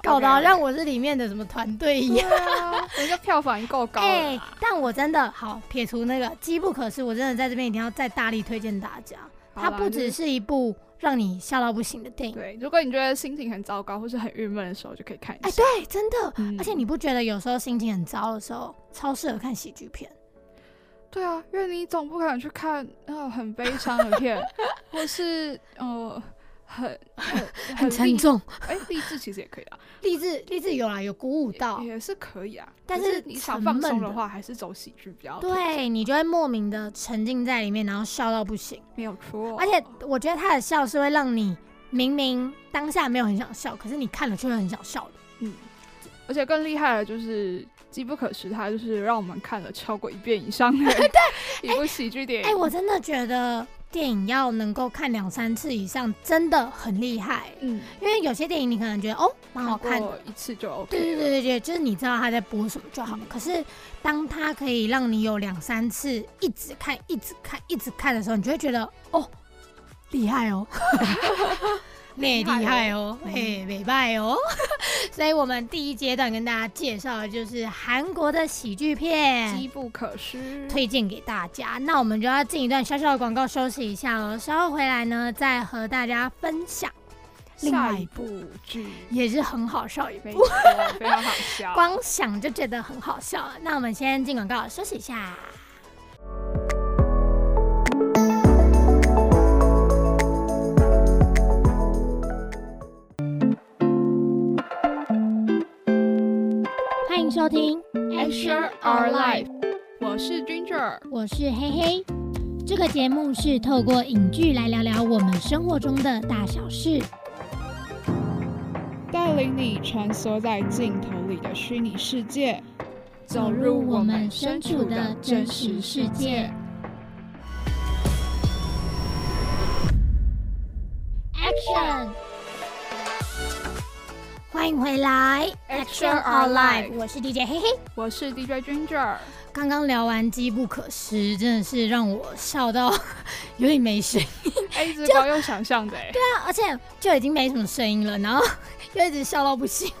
[SPEAKER 1] 搞得好像我是里面的什么团队一 样。
[SPEAKER 2] 对啊，人家票房已经够高了
[SPEAKER 1] 哎
[SPEAKER 2] 啦。，
[SPEAKER 1] 但我真的好撇除那个机不可失，我真的在这边一定要再大力推荐大家，它
[SPEAKER 2] 好啦
[SPEAKER 1] 不只
[SPEAKER 2] 就是
[SPEAKER 1] 一部让你笑到不行的电影，
[SPEAKER 2] 对，如果你觉得心情很糟糕或是很郁闷的时候，就可以看一
[SPEAKER 1] 哎，
[SPEAKER 2] 下。
[SPEAKER 1] 对，真的。
[SPEAKER 2] 嗯
[SPEAKER 1] 而且你不觉得有时候心情很糟的时候，超适合看喜剧片？
[SPEAKER 2] 对啊，因为你总不可能去看那种很悲伤 的片，或是呃很很
[SPEAKER 1] 很沉
[SPEAKER 2] 励。
[SPEAKER 1] 重，
[SPEAKER 2] 哎，励志其实也可以啊，
[SPEAKER 1] 励志励志有啦，有鼓舞到，
[SPEAKER 2] 也是可以啊。
[SPEAKER 1] 但
[SPEAKER 2] 可
[SPEAKER 1] 是
[SPEAKER 2] 是你想
[SPEAKER 1] 沉
[SPEAKER 2] 放
[SPEAKER 1] 闷
[SPEAKER 2] 松的
[SPEAKER 1] 的
[SPEAKER 2] 话，还是走喜剧比较好
[SPEAKER 1] 对你就会莫名的沉浸在里面，然后笑到不行。
[SPEAKER 2] 没有错。
[SPEAKER 1] 而且我觉得他的笑是会让你明明当下没有很想笑，可是你看了就会很想笑的。
[SPEAKER 2] 嗯，而且更厉害的就是机不可失，它就是让我们看了超过一遍以上 的 一部喜剧电
[SPEAKER 1] 哎、
[SPEAKER 2] 影。
[SPEAKER 1] 我真的觉得电影要能够看两三次以上，真的很厉害。
[SPEAKER 2] 嗯，
[SPEAKER 1] 因为有些电影你可能觉得哦蛮好看的，
[SPEAKER 2] 过一次就 OK
[SPEAKER 1] 对对
[SPEAKER 2] 了。
[SPEAKER 1] 对对对，就是你知道他在播什么就好。
[SPEAKER 2] 嗯
[SPEAKER 1] 可是当他可以让你有两三次一直看、一直看、一直看的时候，你就会觉得哦，厉害 哦，那厉害哦，
[SPEAKER 2] 嗯
[SPEAKER 1] 哎，美拜哦。 所以我们第一阶段跟大家介绍的就是韩国的喜剧
[SPEAKER 2] 机
[SPEAKER 1] 片。
[SPEAKER 2] 不可失。
[SPEAKER 1] 推荐给大家，那我们就要进一段小小的广告休息一下哦，稍后回来呢再和大家分享，另
[SPEAKER 2] 下
[SPEAKER 1] 外一
[SPEAKER 2] 一部剧，
[SPEAKER 1] 也是很好笑一部
[SPEAKER 2] 没。错，非常好 笑。
[SPEAKER 1] 光想就觉得很好笑。那我们先进广告休息一下。欢迎收听
[SPEAKER 2] Extra Our Life，我是 Ginger。
[SPEAKER 1] 我是嘿嘿。这个节目是透过影剧来聊聊我们生活中的大小事。
[SPEAKER 2] 带领你穿梭在镜头里的虚拟世界，
[SPEAKER 1] 走入我们身处的真实世界。Action！欢迎回来
[SPEAKER 2] Extra Our Life
[SPEAKER 1] 我是 DJ 嘿嘿。
[SPEAKER 2] 我是 DJ Ginger，
[SPEAKER 1] 刚刚聊完机不可失，真的是让我笑到 有点没声音。
[SPEAKER 2] 哎，一直光用想象的、哎
[SPEAKER 1] 而且就已经没什么声音了，然后又一直笑到不行。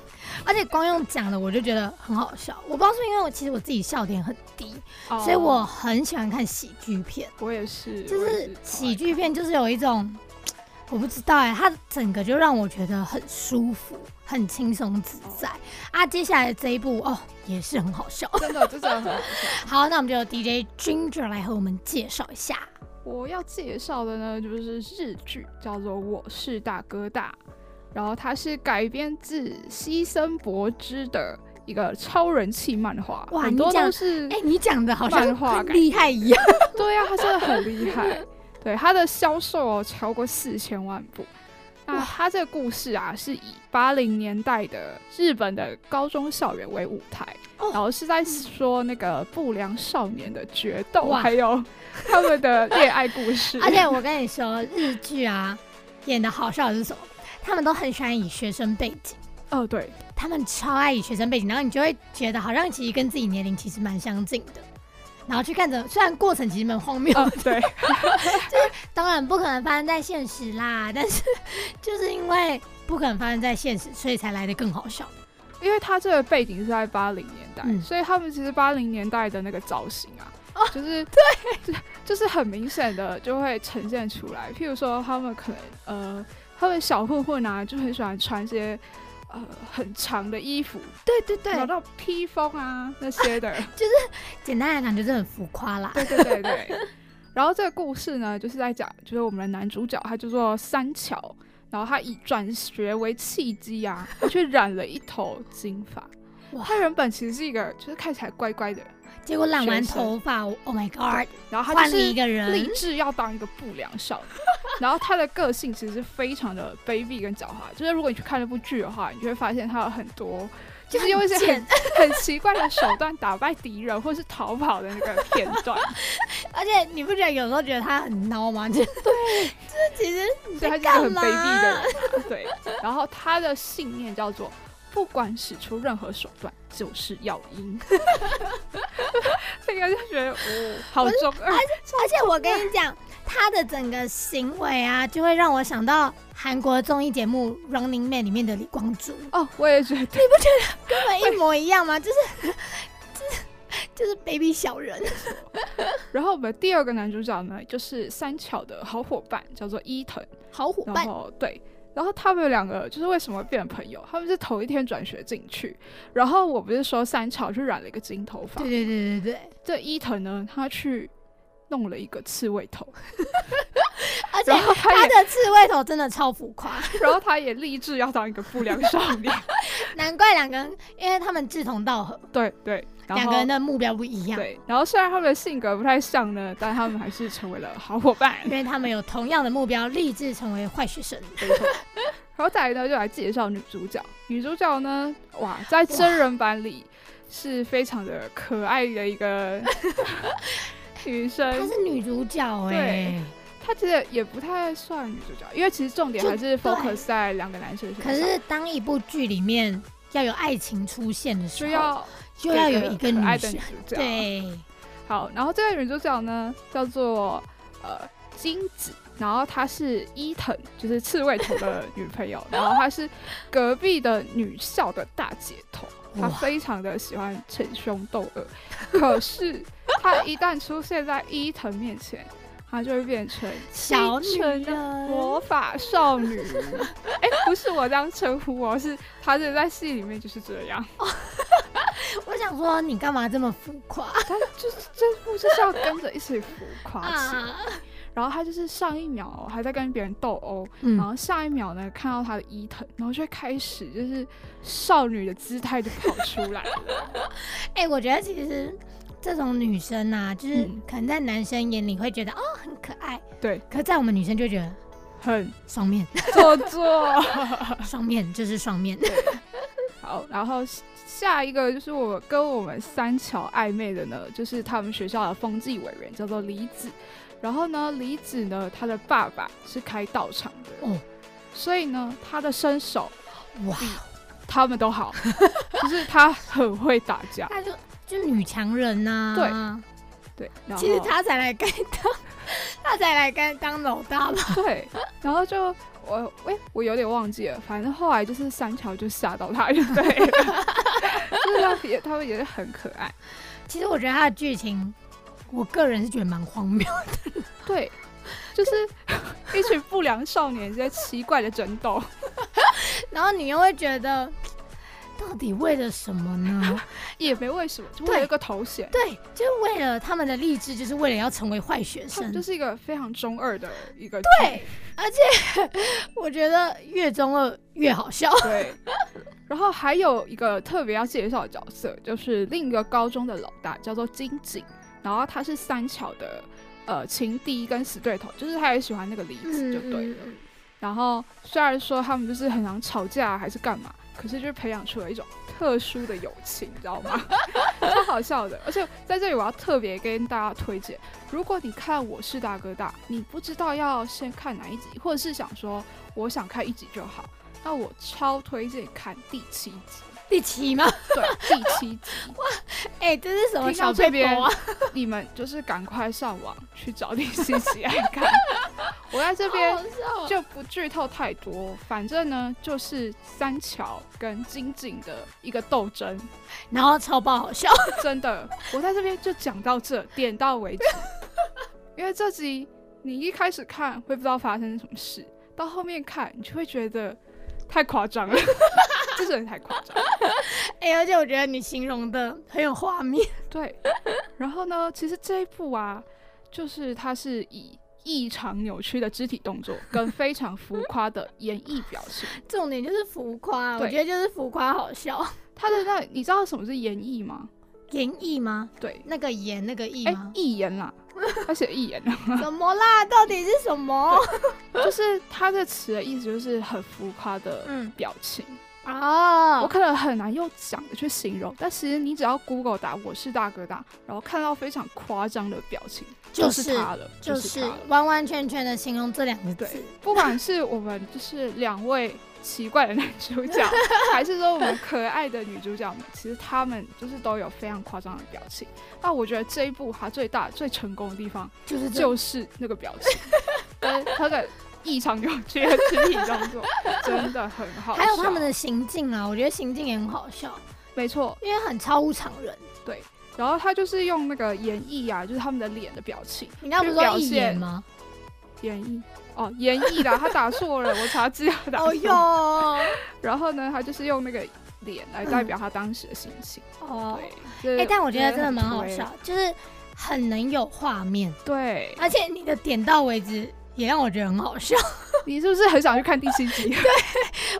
[SPEAKER 1] 而且光用讲的我就觉得很好笑。我不知道是不是因为我其实我自己笑点很低，
[SPEAKER 2] 哦
[SPEAKER 1] 所以我很喜欢看喜剧片。
[SPEAKER 2] 我也是，
[SPEAKER 1] 就
[SPEAKER 2] 我也
[SPEAKER 1] 是喜剧片，就是有一种我不知道哎、它整个就让我觉得很舒服、很轻松自在啊。接下来这一部哦，也是很好 笑。
[SPEAKER 2] 真的，这真的很好笑。
[SPEAKER 1] 好，那我们就由 DJ Ginger 来和我们介绍一下。
[SPEAKER 2] 我要介绍的呢，就是日剧，叫做《我是大哥大》，然后它是改编自西森博之的一个超人气漫画，
[SPEAKER 1] 哇
[SPEAKER 2] 很
[SPEAKER 1] 你
[SPEAKER 2] 多
[SPEAKER 1] 讲
[SPEAKER 2] 都是
[SPEAKER 1] 哎、你讲的好像
[SPEAKER 2] 漫画感
[SPEAKER 1] 厉害一样，
[SPEAKER 2] 对呀、啊，他真的很厉害。对，他的销售哦超过四千万部。那
[SPEAKER 1] 哇
[SPEAKER 2] 他这个故事啊，是以八零年代的日本的高中校园为舞台，
[SPEAKER 1] 哦
[SPEAKER 2] 然后是在说那个不良少年的决斗，
[SPEAKER 1] 哇
[SPEAKER 2] 还有他们的恋爱故 事。
[SPEAKER 1] 而且我跟你说，日剧啊演的好笑的是什么？他们都很喜欢以学生背景，
[SPEAKER 2] 哦，对，
[SPEAKER 1] 他们超爱以学生背景，然后你就会觉得好像其实跟自己年龄其实蛮相近的，然后去看着，虽然过程其实蛮荒谬的
[SPEAKER 2] 哦，对，
[SPEAKER 1] 当然不可能发生在现实啦，但是就是因为不可能发生在现实，所以才来的更好笑。
[SPEAKER 2] 因为他这个背景是在八零年代，
[SPEAKER 1] 嗯哦
[SPEAKER 2] 所以他们其实八零年代的那个造型啊，就是对， 就就是很明显的就会呈现出来。譬如说，他们可能呃，他们小混混啊，就很喜欢穿一些呃很长的衣服，
[SPEAKER 1] 对对对
[SPEAKER 2] 然后披风啊那些的，
[SPEAKER 1] 简单来讲就是很浮夸啦。
[SPEAKER 2] 对对对对。然后这个故事呢，就是在讲，就是我们的男主角他叫做三桥，然后他以转学为契机啊， 去染了一头金发。
[SPEAKER 1] 哇
[SPEAKER 2] 他原本其实是一个就是看起来乖乖的人，
[SPEAKER 1] 结果染完
[SPEAKER 2] 学生
[SPEAKER 1] 头发我，Oh my God，
[SPEAKER 2] 然后他
[SPEAKER 1] 换
[SPEAKER 2] 就
[SPEAKER 1] 了一
[SPEAKER 2] 是
[SPEAKER 1] 个
[SPEAKER 2] 立
[SPEAKER 1] 人，
[SPEAKER 2] 志要当一个不良少年。 然后他的个性其实非常的卑鄙跟狡猾，就是如果你去看那部剧的话，你就会发现他有很多就是用一些很
[SPEAKER 1] 贱，
[SPEAKER 2] 很奇怪的手段打败敌人或是逃跑的那个片段，
[SPEAKER 1] 而且你不觉得有时候觉得他很孬吗？ 就是就是其实你
[SPEAKER 2] 所以
[SPEAKER 1] 在
[SPEAKER 2] 他就是
[SPEAKER 1] 干
[SPEAKER 2] 很
[SPEAKER 1] 嘛
[SPEAKER 2] 卑鄙的人 啊。对，然后他的信念叫做不管使出任何手段，就是要赢。这个就觉得哦，好中二。
[SPEAKER 1] 而且我跟你讲，他的整个行为啊，就会让我想到韩国综艺节目《Running Man》里面的李光洙。
[SPEAKER 2] 哦，我也觉得
[SPEAKER 1] 根本一模一样吗？就是 就是就是 baby 小人，
[SPEAKER 2] 然后我们第二个男主角呢，就是三巧的好伙伴，叫做伊藤。
[SPEAKER 1] 好伙
[SPEAKER 2] 然后对，然后他们两个就是为什么变成朋友？他们是头一天转学进去，然后我不是说三巧去染了一个金头发
[SPEAKER 1] 对，对对对对，
[SPEAKER 2] 这伊藤呢，他去弄了一个刺猬头，
[SPEAKER 1] 而且
[SPEAKER 2] 然后他
[SPEAKER 1] 他
[SPEAKER 2] 也，
[SPEAKER 1] 的刺猬头真的超浮夸，
[SPEAKER 2] 然后他也立志要当一个不良少年。
[SPEAKER 1] 难怪两个人，因为他们志同道合，
[SPEAKER 2] 对对，然
[SPEAKER 1] 两
[SPEAKER 2] 后
[SPEAKER 1] 个人的目标不一样，
[SPEAKER 2] 对，然后虽然他们的性格不太像呢，但他们还是成为了好伙 伴。
[SPEAKER 1] 因为他们有同样的目标，立志成为坏学生。
[SPEAKER 2] 没错。然后再来呢，就来介绍女主角。女主角呢，哇，在真人版里是非常的可爱的一个女
[SPEAKER 1] 她
[SPEAKER 2] 生。
[SPEAKER 1] 是女主角哎、
[SPEAKER 2] 她其实也不太算女主角，因为其实重点还
[SPEAKER 1] 就
[SPEAKER 2] 是
[SPEAKER 1] 对
[SPEAKER 2] focus 在两个男生身上。
[SPEAKER 1] 可是当一部剧里面要有爱情出现的时
[SPEAKER 2] 就
[SPEAKER 1] 候，
[SPEAKER 2] 要
[SPEAKER 1] 就要有一个
[SPEAKER 2] 可爱
[SPEAKER 1] 女
[SPEAKER 2] 的女
[SPEAKER 1] 生，
[SPEAKER 2] 主角。，
[SPEAKER 1] 对，
[SPEAKER 2] 好，然后这个女主角呢，叫做呃金子。然后她是伊藤，就是刺猬头的女朋 友。然后她是隔壁的女校的大姐头。
[SPEAKER 1] 哇，
[SPEAKER 2] 他非常的喜欢逞凶斗恶，可是他一旦出现在伊藤面前，他就会变成
[SPEAKER 1] 小
[SPEAKER 2] 清
[SPEAKER 1] 女
[SPEAKER 2] 纯的魔
[SPEAKER 1] 人，
[SPEAKER 2] 法少女。 哎、不是我这样称呼哦，是他是在戏里面就是这样。
[SPEAKER 1] 我想说你干嘛这么浮夸？
[SPEAKER 2] 他就是这部就是要跟着一起浮夸起
[SPEAKER 1] 啊
[SPEAKER 2] 来，然后他就是上一秒哦还在跟别人斗殴，
[SPEAKER 1] 嗯
[SPEAKER 2] 然后下一秒呢看到他的伊藤，然后就会开始就是少女的姿态就跑出来了。
[SPEAKER 1] 哎、我觉得其实这种女生啊，就是
[SPEAKER 2] 嗯
[SPEAKER 1] 可能在男生眼里会觉得、哦很可爱，
[SPEAKER 2] 对，
[SPEAKER 1] 可在我们女生就会觉得
[SPEAKER 2] 很
[SPEAKER 1] 双面，
[SPEAKER 2] 做作。
[SPEAKER 1] 双面就是双 面。
[SPEAKER 2] 好，然后下下一个就是我跟我们三桥暧昧的呢，就是他们学校的风纪委员叫做李子。然后呢，李子呢，他的爸爸是开道场的，
[SPEAKER 1] 哦
[SPEAKER 2] 所以呢，他的身手
[SPEAKER 1] 哇，
[SPEAKER 2] 他们都 好，就是他很会打架。
[SPEAKER 1] 那就就女强人呐、啊
[SPEAKER 2] 对，然后
[SPEAKER 1] 其实她才来盖他才来干当老大吧？
[SPEAKER 2] 对，然后就我哎、我有点忘记了，反正后来就是三条就吓到他就对了， 就是他也他们也是很可爱，
[SPEAKER 1] 其实我觉得他的剧情，我个人是觉得蛮荒谬。
[SPEAKER 2] 对，就是一群不良少年在奇怪的争斗，
[SPEAKER 1] 然后你又会觉得， 到底为了什么呢？
[SPEAKER 2] 也没为什么，就会有一个头衔，
[SPEAKER 1] 对，就是为了他们的励志，就是为了要成为坏学
[SPEAKER 2] 他
[SPEAKER 1] 生。
[SPEAKER 2] 们就是一个非常中二的一个
[SPEAKER 1] 对，而且 我觉得越中二越好笑。
[SPEAKER 2] 对，然后还有一个特别要介绍的角色，就是另一个高中的老大，叫做金井，然后他是三桥的呃情敌跟死对头，就是他也喜欢那个梨子就对了。
[SPEAKER 1] 嗯
[SPEAKER 2] 然后虽然说他们就是很常吵架还是干嘛，可是就是培养出了一种特殊的友情，你知道吗？超好笑的。而且在这里我要特别跟大家推荐，如果你看《我是大哥大》，你不知道要先看哪一集，或者是想说我想看一集就好，那我超推荐看第七集。
[SPEAKER 1] 第七吗？
[SPEAKER 2] 对，第七集，
[SPEAKER 1] 哎、这是什么
[SPEAKER 2] 听到
[SPEAKER 1] 小
[SPEAKER 2] 这
[SPEAKER 1] 配
[SPEAKER 2] 边
[SPEAKER 1] 博啊？
[SPEAKER 2] 你们就是赶快上网去找第七集来看。我在这 边
[SPEAKER 1] 好笑哦
[SPEAKER 2] 就不剧透太多，反正呢就是三桥跟金井的一个斗争，
[SPEAKER 1] 然后超爆好笑。
[SPEAKER 2] 真的，我在这边就讲到这，点到为止。因为这集你一开始看会不知道发生什么事，到后面看你就会觉得太夸张了，这真的太夸张了。
[SPEAKER 1] 哎、而且我觉得你形容的很有画面。
[SPEAKER 2] 对，然后呢，其实这一部啊，就是它是以异常扭曲的肢体动作跟非常浮夸的演绎表情。
[SPEAKER 1] 重点就是浮夸，我
[SPEAKER 2] 对
[SPEAKER 1] 觉得就是浮夸好笑。
[SPEAKER 2] 他的那，你知道什么是演绎吗？
[SPEAKER 1] 演绎吗？
[SPEAKER 2] 对，
[SPEAKER 1] 那个演那个绎
[SPEAKER 2] 哎、
[SPEAKER 1] 吗？
[SPEAKER 2] 一言啦，他写一言啦， 啊
[SPEAKER 1] 什么啦？到底是什么？
[SPEAKER 2] 就是他这词的意思就是很浮夸的
[SPEAKER 1] 嗯
[SPEAKER 2] 表情。
[SPEAKER 1] 啊
[SPEAKER 2] 我，可能很难用讲的去形容，但其实你只要 Google 打“我是大哥大”，然后看到非常夸张的表情，
[SPEAKER 1] 就
[SPEAKER 2] 就是他了，
[SPEAKER 1] 就
[SPEAKER 2] 就是
[SPEAKER 1] 是
[SPEAKER 2] 他了。
[SPEAKER 1] 完完全全的形容这两个字
[SPEAKER 2] 对。不管是我们就是两位奇怪的男 主角，还是说我们可爱的女主角们，其实他们就是都有非常夸张的表情。那我觉得这一部它最大最成功的地方
[SPEAKER 1] 就是这
[SPEAKER 2] 就是那个表 情，跟他的异常扭曲的肢体动作，真的很好笑。
[SPEAKER 1] 还有他们的行径啊，我觉得行径也很好笑，
[SPEAKER 2] 没错，
[SPEAKER 1] 因为很超乎常人。
[SPEAKER 2] 然后他就是用那个演绎啊，就是他们的脸的表情，
[SPEAKER 1] 你刚刚不是说
[SPEAKER 2] 就表
[SPEAKER 1] 一
[SPEAKER 2] 现
[SPEAKER 1] 眼吗？
[SPEAKER 2] 演绎哦，演绎啦，他打错了，我查资料打错。
[SPEAKER 1] 哦哟，
[SPEAKER 2] 然后呢，他就是用那个脸来代表他当时的心情。
[SPEAKER 1] 哦，哎、
[SPEAKER 2] 对，就是
[SPEAKER 1] 但我觉得真的蛮好
[SPEAKER 2] 很推
[SPEAKER 1] 笑，就是很能有画面，
[SPEAKER 2] 对，
[SPEAKER 1] 而且你的点到为止也让我觉得很好笑，
[SPEAKER 2] 你是不是很想去看第七 集？啊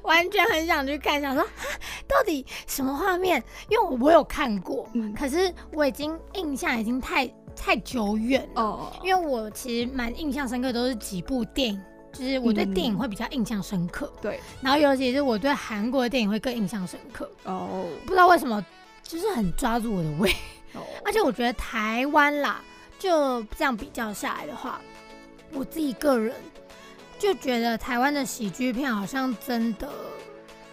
[SPEAKER 1] 完全很想去看，想说 哈到底什么画面？因为我我有看过，
[SPEAKER 2] 嗯
[SPEAKER 1] 可是我已经印象已经太太久远了，
[SPEAKER 2] 哦，
[SPEAKER 1] 因为我其实蛮印象深刻都是几部电影。就是我对
[SPEAKER 2] 嗯
[SPEAKER 1] 电影会比较印象深刻，
[SPEAKER 2] 对，
[SPEAKER 1] 然后尤其是我对韩国的电影会更印象深刻，
[SPEAKER 2] 哦，
[SPEAKER 1] 不知道为什么，就是很抓住我的胃。
[SPEAKER 2] 哦，
[SPEAKER 1] 而且我觉得台湾啦，就这样比较下来的话，我自己个人就觉得台湾的喜剧片好像真的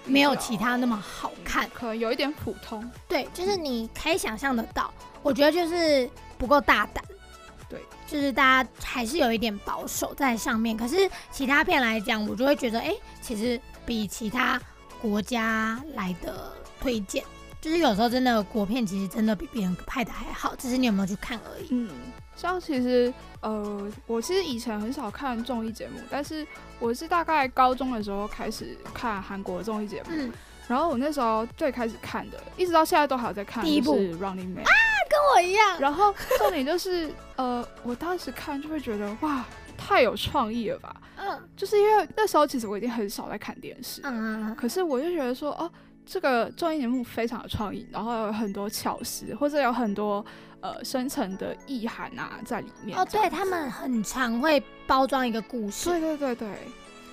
[SPEAKER 1] 没有其他那么好看。
[SPEAKER 2] 可能有一点普通。
[SPEAKER 1] 对，就是
[SPEAKER 2] 嗯
[SPEAKER 1] 你可以想象得到，我觉得就是不够大胆。
[SPEAKER 2] 对，
[SPEAKER 1] 就是大家还是有一点保守在上面。可是其他片来讲，我就会觉得，哎、其实比其他国家来的推荐。就是有时候真的国片其实真的比别人拍的还好，只是你有没有去看而已。
[SPEAKER 2] 嗯，像其实呃，我其实以前很少看综艺节目，但是我是大概高中的时候开始看韩国的综艺节目，
[SPEAKER 1] 嗯，
[SPEAKER 2] 然后我那时候最开始看的，一直到现在都还有在看，
[SPEAKER 1] 第一部
[SPEAKER 2] 就是《Running Man》。
[SPEAKER 1] 跟我一样。
[SPEAKER 2] 然后重点就是呃，我当时看就会觉得哇，太有创意了吧！
[SPEAKER 1] 嗯
[SPEAKER 2] 就是因为那时候其实我已经很少在看电视，
[SPEAKER 1] 嗯
[SPEAKER 2] 可是我就觉得说，哦，这个综艺节目非常有创意，然后有很多巧思，或者有很多呃深层的意涵啊在里面。
[SPEAKER 1] 哦，
[SPEAKER 2] 这样
[SPEAKER 1] 对他们很常会包装一个故事，
[SPEAKER 2] 对对对对，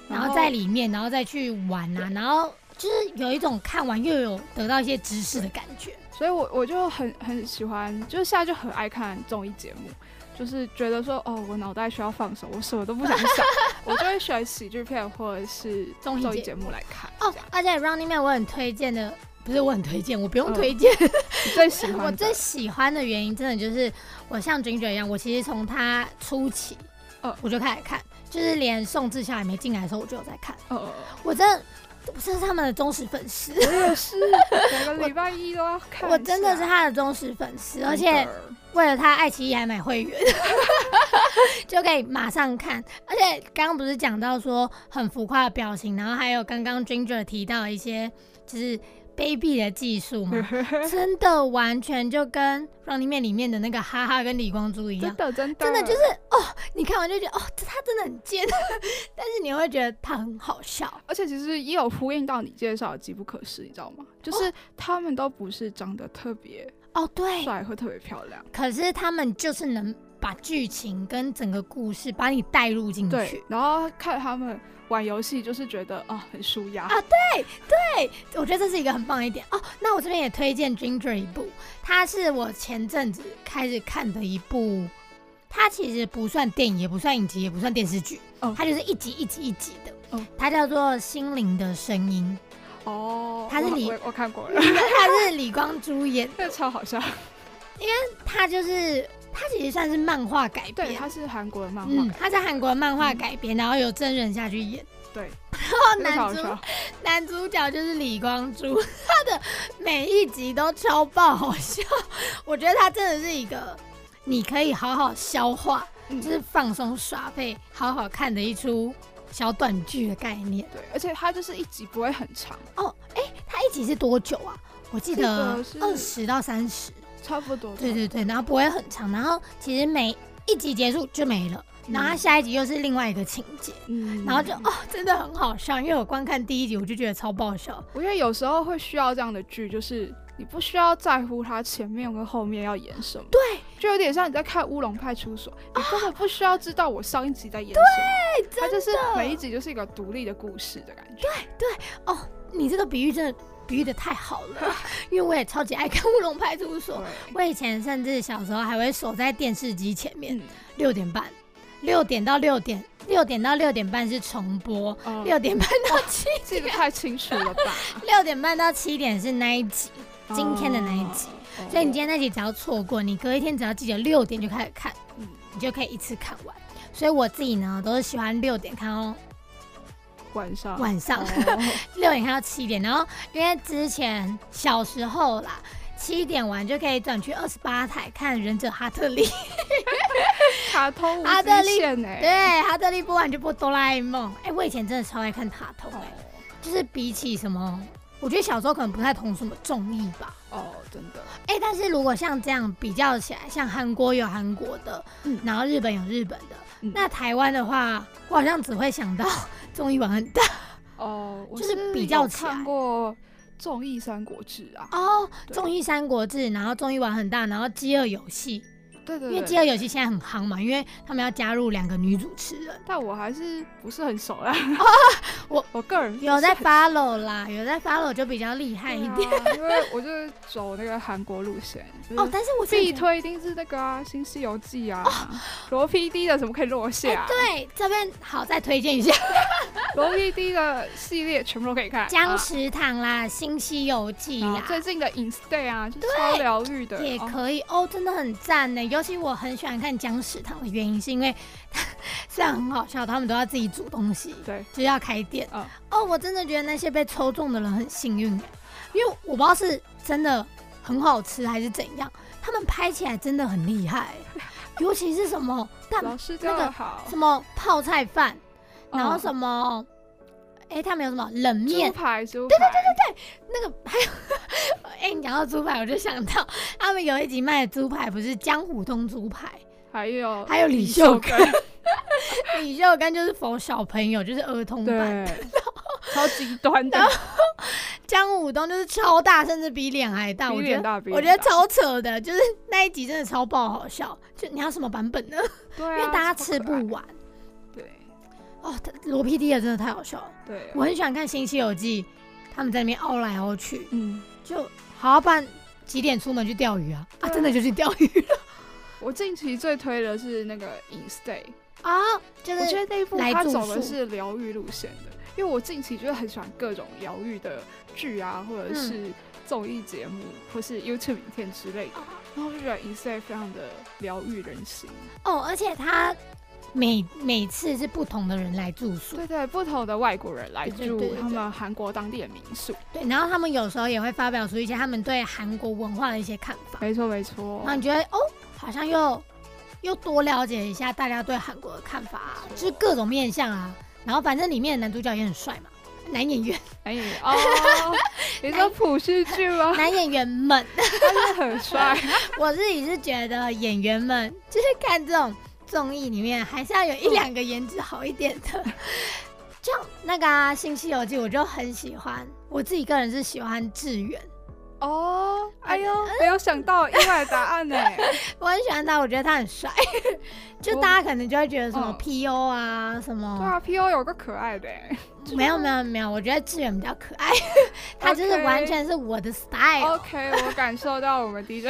[SPEAKER 1] 然后在里面，然后再去玩啊，然后就是有一种看完又有得到一些知识的感觉。
[SPEAKER 2] 所以我我就很很喜欢，就是现在就很爱看综艺节目，就是觉得说，哦，我脑袋需要放手，我什么都 不想想，我就会选喜剧片或者是
[SPEAKER 1] 综艺节
[SPEAKER 2] 综艺节目来看。
[SPEAKER 1] 哦
[SPEAKER 2] 这样，
[SPEAKER 1] 而且 Running Man 我很推荐的，不是我很推荐，我不用
[SPEAKER 2] 嗯
[SPEAKER 1] 推荐。
[SPEAKER 2] 你 最喜欢的
[SPEAKER 1] 我最喜欢的原因真的就是我像 Ginger 一样，我其实从他初期
[SPEAKER 2] 嗯
[SPEAKER 1] 我就开始看，就是连宋智孝还没进来的时候，我就有在看。
[SPEAKER 2] 呃，
[SPEAKER 1] 我真的，我真的是他们的忠实粉丝，
[SPEAKER 2] 我也 是每个礼拜一都要看一下。
[SPEAKER 1] 我真的是他的忠实粉丝，而
[SPEAKER 2] 真
[SPEAKER 1] 且
[SPEAKER 2] 的
[SPEAKER 1] 为了他，爱奇艺还买会员， 就可以马上看。而且刚刚不是讲到说很浮夸的表情，然后还有刚刚 Ginger 提到一些就是卑鄙的技术 嘛，真的完全就跟《Running Man》里面的那个哈哈跟李光洙一样
[SPEAKER 2] 真。的真的
[SPEAKER 1] 真的就是，哦，你看完就觉得哦，这他真的很贱， 但是你会觉得他很好笑。
[SPEAKER 2] 而且其实也有呼应到你介绍的《机不可失》，你知道吗？就是他们都不是长得特别
[SPEAKER 1] 哦，对，
[SPEAKER 2] 帅或特别漂亮，
[SPEAKER 1] 可是他们就是能把剧情跟整个故事把你带入进去
[SPEAKER 2] 对。。然后看他们玩游戏，就是觉得啊很舒压
[SPEAKER 1] 啊我觉得这是一个很棒的一点哦。那我这边也推荐 Ginger 一部，它是我前阵子开始看的一部，它其实不算电影，也不算影集，也不算电视剧，
[SPEAKER 2] 哦
[SPEAKER 1] 它就是一集一集一集的。
[SPEAKER 2] 哦
[SPEAKER 1] 它叫做《心灵的声 音
[SPEAKER 2] 哦。
[SPEAKER 1] 他是
[SPEAKER 2] 我
[SPEAKER 1] 李，
[SPEAKER 2] 我我看过 了》，
[SPEAKER 1] 它是李光洙演，
[SPEAKER 2] 那超好笑。
[SPEAKER 1] 它就是它其实算是漫画改
[SPEAKER 2] 对，
[SPEAKER 1] 编，
[SPEAKER 2] 他是韩国的漫画
[SPEAKER 1] 嗯，
[SPEAKER 2] 改，
[SPEAKER 1] 它是韩国漫画改编，然后由真人下去演。
[SPEAKER 2] 对，
[SPEAKER 1] 然后
[SPEAKER 2] 那个
[SPEAKER 1] 男
[SPEAKER 2] 超好
[SPEAKER 1] 主
[SPEAKER 2] 笑。
[SPEAKER 1] 男主角就是李光洙， 他的每一集都超爆好笑，我觉得他真的是一个你可以好好消化，
[SPEAKER 2] 嗯
[SPEAKER 1] 就是放松耍废、好好看的一出小短剧的概念。
[SPEAKER 2] 对，而且它就是一集不会很长，
[SPEAKER 1] 哦，哎、他一集是多久啊？我记得
[SPEAKER 2] 记
[SPEAKER 1] 二
[SPEAKER 2] 得是
[SPEAKER 1] 十到三十，
[SPEAKER 2] 差不多。
[SPEAKER 1] 对对对，然后不会很长，然后其实每一集结束就没了，然后他下一集又是另外一个情节，
[SPEAKER 2] 嗯
[SPEAKER 1] 然后就哦，真的很好笑，因为我光看第一集我就觉得超爆笑。
[SPEAKER 2] 我觉得有时候会需要这样的剧，就是你不需要在乎它前面跟后面要演什么，对，就有点像你在看《乌龙派出所》，你根本不需要知道我上一集在演什么，对，它就是每一集就是一个独立的故事的感觉，
[SPEAKER 1] 你这个比喻真的比喻的太好 了，因为我也超级爱看《乌龙派出所》。
[SPEAKER 2] 对，
[SPEAKER 1] 我以前甚至小时候还会守在电视机前面，
[SPEAKER 2] 嗯，
[SPEAKER 1] 六点半，六点到六点，六点到六点半是重播，
[SPEAKER 2] 哦
[SPEAKER 1] 六点半到七，
[SPEAKER 2] 记得太清楚了吧？
[SPEAKER 1] 六点半到七点是那一集，
[SPEAKER 2] 嗯
[SPEAKER 1] 今天的那一集
[SPEAKER 2] 哦，
[SPEAKER 1] 所以你今天那集只要错过，你隔一天只要记得六点就开始看，
[SPEAKER 2] 嗯
[SPEAKER 1] 你就可以一次看完。所以我自己呢，都是喜欢六点看到
[SPEAKER 2] 晚上
[SPEAKER 1] 晚上。
[SPEAKER 2] 哦
[SPEAKER 1] 六点看到七点，然后因为之前小时候啦，七点完就可以转去二十八台看《忍者哈特利》
[SPEAKER 2] 卡通无
[SPEAKER 1] 阿德
[SPEAKER 2] 极
[SPEAKER 1] 利
[SPEAKER 2] 限哎，
[SPEAKER 1] 对，哈特利播完就播哆啦 A 梦。哎、我以前真的超爱看卡通、
[SPEAKER 2] 哦
[SPEAKER 1] 哎，就是比起什么，我觉得小时候可能不太同什么综艺吧。
[SPEAKER 2] 哦，真的，
[SPEAKER 1] 哎、但是如果像这样比较起来，像韩国有韩国的，
[SPEAKER 2] 嗯
[SPEAKER 1] 然后日本有日本的，
[SPEAKER 2] 嗯
[SPEAKER 1] 那台湾的话，我好像只会想到 综艺玩很大
[SPEAKER 2] 哦，我
[SPEAKER 1] 就是
[SPEAKER 2] 是
[SPEAKER 1] 比
[SPEAKER 2] 有
[SPEAKER 1] 较起来
[SPEAKER 2] 看过综艺《三国志》啊，
[SPEAKER 1] 哦，
[SPEAKER 2] 对
[SPEAKER 1] 综艺三国志，然后综艺玩很大，然后饥饿游戏。
[SPEAKER 2] 对对
[SPEAKER 1] 因为
[SPEAKER 2] 对，
[SPEAKER 1] 饥饿游戏现在很夯嘛，因为他们要加入两个女主持人，
[SPEAKER 2] 但我还是不是 很熟啦。
[SPEAKER 1] 哦我
[SPEAKER 2] 我个人
[SPEAKER 1] 有在 follow 啦，有在 follow 就比较厉害
[SPEAKER 2] 看
[SPEAKER 1] 一点、
[SPEAKER 2] 点，啊因为我就是走那个韩国路线，就
[SPEAKER 1] 哦
[SPEAKER 2] 是。
[SPEAKER 1] 但是我真的 觉
[SPEAKER 2] 必
[SPEAKER 1] 得
[SPEAKER 2] 推一定是那个啊，《新西游记》啊，罗 PD 的怎么可以落下
[SPEAKER 1] 哎
[SPEAKER 2] 啊？
[SPEAKER 1] 对这边好再推荐一 下
[SPEAKER 2] 罗 PD 的系列全部都可以看。
[SPEAKER 1] 僵
[SPEAKER 2] 啊
[SPEAKER 1] 尸堂啦、新西游记
[SPEAKER 2] 然后
[SPEAKER 1] 啦，
[SPEAKER 2] 最近的《Instay》啊，就是超疗愈的，
[SPEAKER 1] 也
[SPEAKER 2] 哦
[SPEAKER 1] 可以哦真的很赞呢。尤其我很喜欢看僵尸堂的原因，是因为 虽然很好笑，他们都要自己煮东西，
[SPEAKER 2] 对，
[SPEAKER 1] 就是要开店。
[SPEAKER 2] 嗯
[SPEAKER 1] 哦，我真的觉得那些被抽中的人很幸运耶，欸因为我不知道是真的很好吃还是怎样，他们拍起来真的很厉 害，尤其是什么蛋
[SPEAKER 2] 老师教
[SPEAKER 1] 那
[SPEAKER 2] 的
[SPEAKER 1] 个
[SPEAKER 2] 好，
[SPEAKER 1] 什么泡菜饭，然后什
[SPEAKER 2] 么
[SPEAKER 1] 么，哎、他们有什么冷
[SPEAKER 2] 猪
[SPEAKER 1] 面，
[SPEAKER 2] 排，猪排，对对对
[SPEAKER 1] 那个 还有，哎、你讲到猪排，我就想到他们有一集卖的猪排不是江湖东猪排，
[SPEAKER 2] 对，还有
[SPEAKER 1] 还有李秀
[SPEAKER 2] 根，
[SPEAKER 1] 李秀根就是否小朋友，就是儿童版。
[SPEAKER 2] 对， 超极端的，
[SPEAKER 1] 江武东就是超大，甚至比脸还大。
[SPEAKER 2] 比
[SPEAKER 1] 我觉
[SPEAKER 2] 脸
[SPEAKER 1] 得
[SPEAKER 2] 大比
[SPEAKER 1] 我觉
[SPEAKER 2] 脸
[SPEAKER 1] 得
[SPEAKER 2] 大
[SPEAKER 1] 超扯的，就是那一集真的超爆好笑。就你要什么版本呢？
[SPEAKER 2] 对啊，
[SPEAKER 1] 因为大家
[SPEAKER 2] 超
[SPEAKER 1] 吃
[SPEAKER 2] 可
[SPEAKER 1] 不
[SPEAKER 2] 爱，
[SPEAKER 1] 完。
[SPEAKER 2] 对
[SPEAKER 1] 哦，他罗 PD 的真的太好笑了。
[SPEAKER 2] 对，
[SPEAKER 1] 我很喜欢看《新西游记》，他们在那边凹来凹去，
[SPEAKER 2] 嗯，
[SPEAKER 1] 就好啊不然几点出门去钓鱼啊？啊，
[SPEAKER 2] 对
[SPEAKER 1] 真的就去钓鱼了
[SPEAKER 2] 我近期最推的是那个《In Stay》，
[SPEAKER 1] 啊！就
[SPEAKER 2] 我觉
[SPEAKER 1] 是
[SPEAKER 2] 得那一部
[SPEAKER 1] 来
[SPEAKER 2] 它
[SPEAKER 1] 住
[SPEAKER 2] 走的
[SPEAKER 1] 宿
[SPEAKER 2] 是疗愈路线的，因为我近期就是很喜欢各种疗愈的剧啊，或者
[SPEAKER 1] 嗯
[SPEAKER 2] 是综艺节目，或是 YouTube 影片之类的，然后我就觉得《In Stay》非常的疗愈人心，
[SPEAKER 1] 哦，而且他每每次是不同的人来住宿，
[SPEAKER 2] 对对，不同的外国人来
[SPEAKER 1] 对对对
[SPEAKER 2] 住
[SPEAKER 1] 对啊
[SPEAKER 2] 他们韩国当地的民宿，
[SPEAKER 1] 对，然后他们有时候也会发表出一些他们对韩国文化的一些看法，
[SPEAKER 2] 没错没错
[SPEAKER 1] 然后，你觉得哦，好像又又多了解一下大家对韩国的看法、啊，就是各种面向啊。然后反正里面的男主角也很帅嘛，男演 员
[SPEAKER 2] 哎 哦，你说朴叙俊吗？
[SPEAKER 1] 男演员们，
[SPEAKER 2] 他真的很帅，
[SPEAKER 1] 我自己是觉得演员们就是看这种综艺里面，还是要有一两个颜值好一点 的。像那个、啊《新西游记》，我就很喜欢，我自己个人是喜欢志远，
[SPEAKER 2] 哦，哎呦，没有想到意外答 案呢，
[SPEAKER 1] 我很喜欢他，我觉得他很帅。 就大家可能就会觉得什么
[SPEAKER 2] 嗯
[SPEAKER 1] PO 啊，什
[SPEAKER 2] 对
[SPEAKER 1] 么
[SPEAKER 2] 啊，P O 有个可爱的，欸
[SPEAKER 1] 没有没有没有，我觉得志远比较可爱， 他就是
[SPEAKER 2] OK 哦
[SPEAKER 1] 完全是我的 style，、
[SPEAKER 2] OK，我感受到我 们 DJ，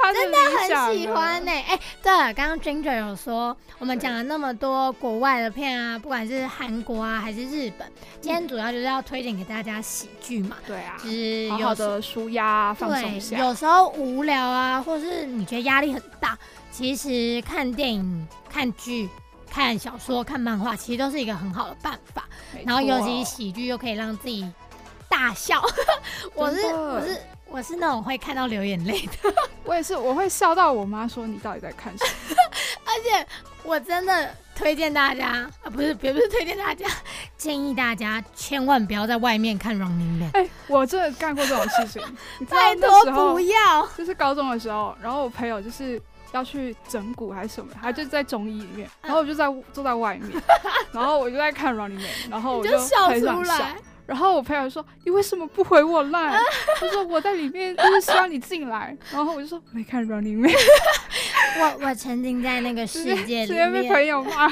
[SPEAKER 2] 他
[SPEAKER 1] 真
[SPEAKER 2] 的理想
[SPEAKER 1] 很喜欢呢、
[SPEAKER 2] 呢。
[SPEAKER 1] 哎、对了，刚刚 Ginger 有说，我们讲了那么多国外的片啊，不管是韩国啊还是日本，今天主要就是要推荐给大家喜剧嘛，
[SPEAKER 2] 对啊
[SPEAKER 1] 就，是有
[SPEAKER 2] 好好的舒压啊放松一
[SPEAKER 1] 对，
[SPEAKER 2] 下。
[SPEAKER 1] 有时候无聊啊，或是你觉得压力很大，其实看电影、看剧、看小说、看漫画，其实都是一个很好的办法。
[SPEAKER 2] 没
[SPEAKER 1] 然后尤
[SPEAKER 2] 错
[SPEAKER 1] 其喜剧又可以让自己大笑， 我是
[SPEAKER 2] 真的
[SPEAKER 1] 我是我是那种会看到流眼泪的，
[SPEAKER 2] 我也是，我会笑到我妈说你到底在看什么？
[SPEAKER 1] 而且我真的推荐大家啊，不是别不是推荐大家， 建议大家千万不要在外面看《Running Man》，
[SPEAKER 2] 哎、我真的干过这种事 情，你知道
[SPEAKER 1] 拜
[SPEAKER 2] 那
[SPEAKER 1] 托
[SPEAKER 2] 时候
[SPEAKER 1] 不要，
[SPEAKER 2] 就是高中的时候，然后我朋友就是要去整蛊还是什么，他就在中医里面，然后我就在坐在外 面，然后我就在看 Running Man，然后我
[SPEAKER 1] 你就笑
[SPEAKER 2] 很
[SPEAKER 1] 出
[SPEAKER 2] 想笑
[SPEAKER 1] 来。。
[SPEAKER 2] 然后我朋友说：“你为什么不回我烂？”他说：“我在里面，就是希望你进来。”然后我就说：“没看 Running Man，
[SPEAKER 1] 我我沉浸在那个世界
[SPEAKER 2] 直
[SPEAKER 1] 里
[SPEAKER 2] 接
[SPEAKER 1] 面，
[SPEAKER 2] 被朋友骂，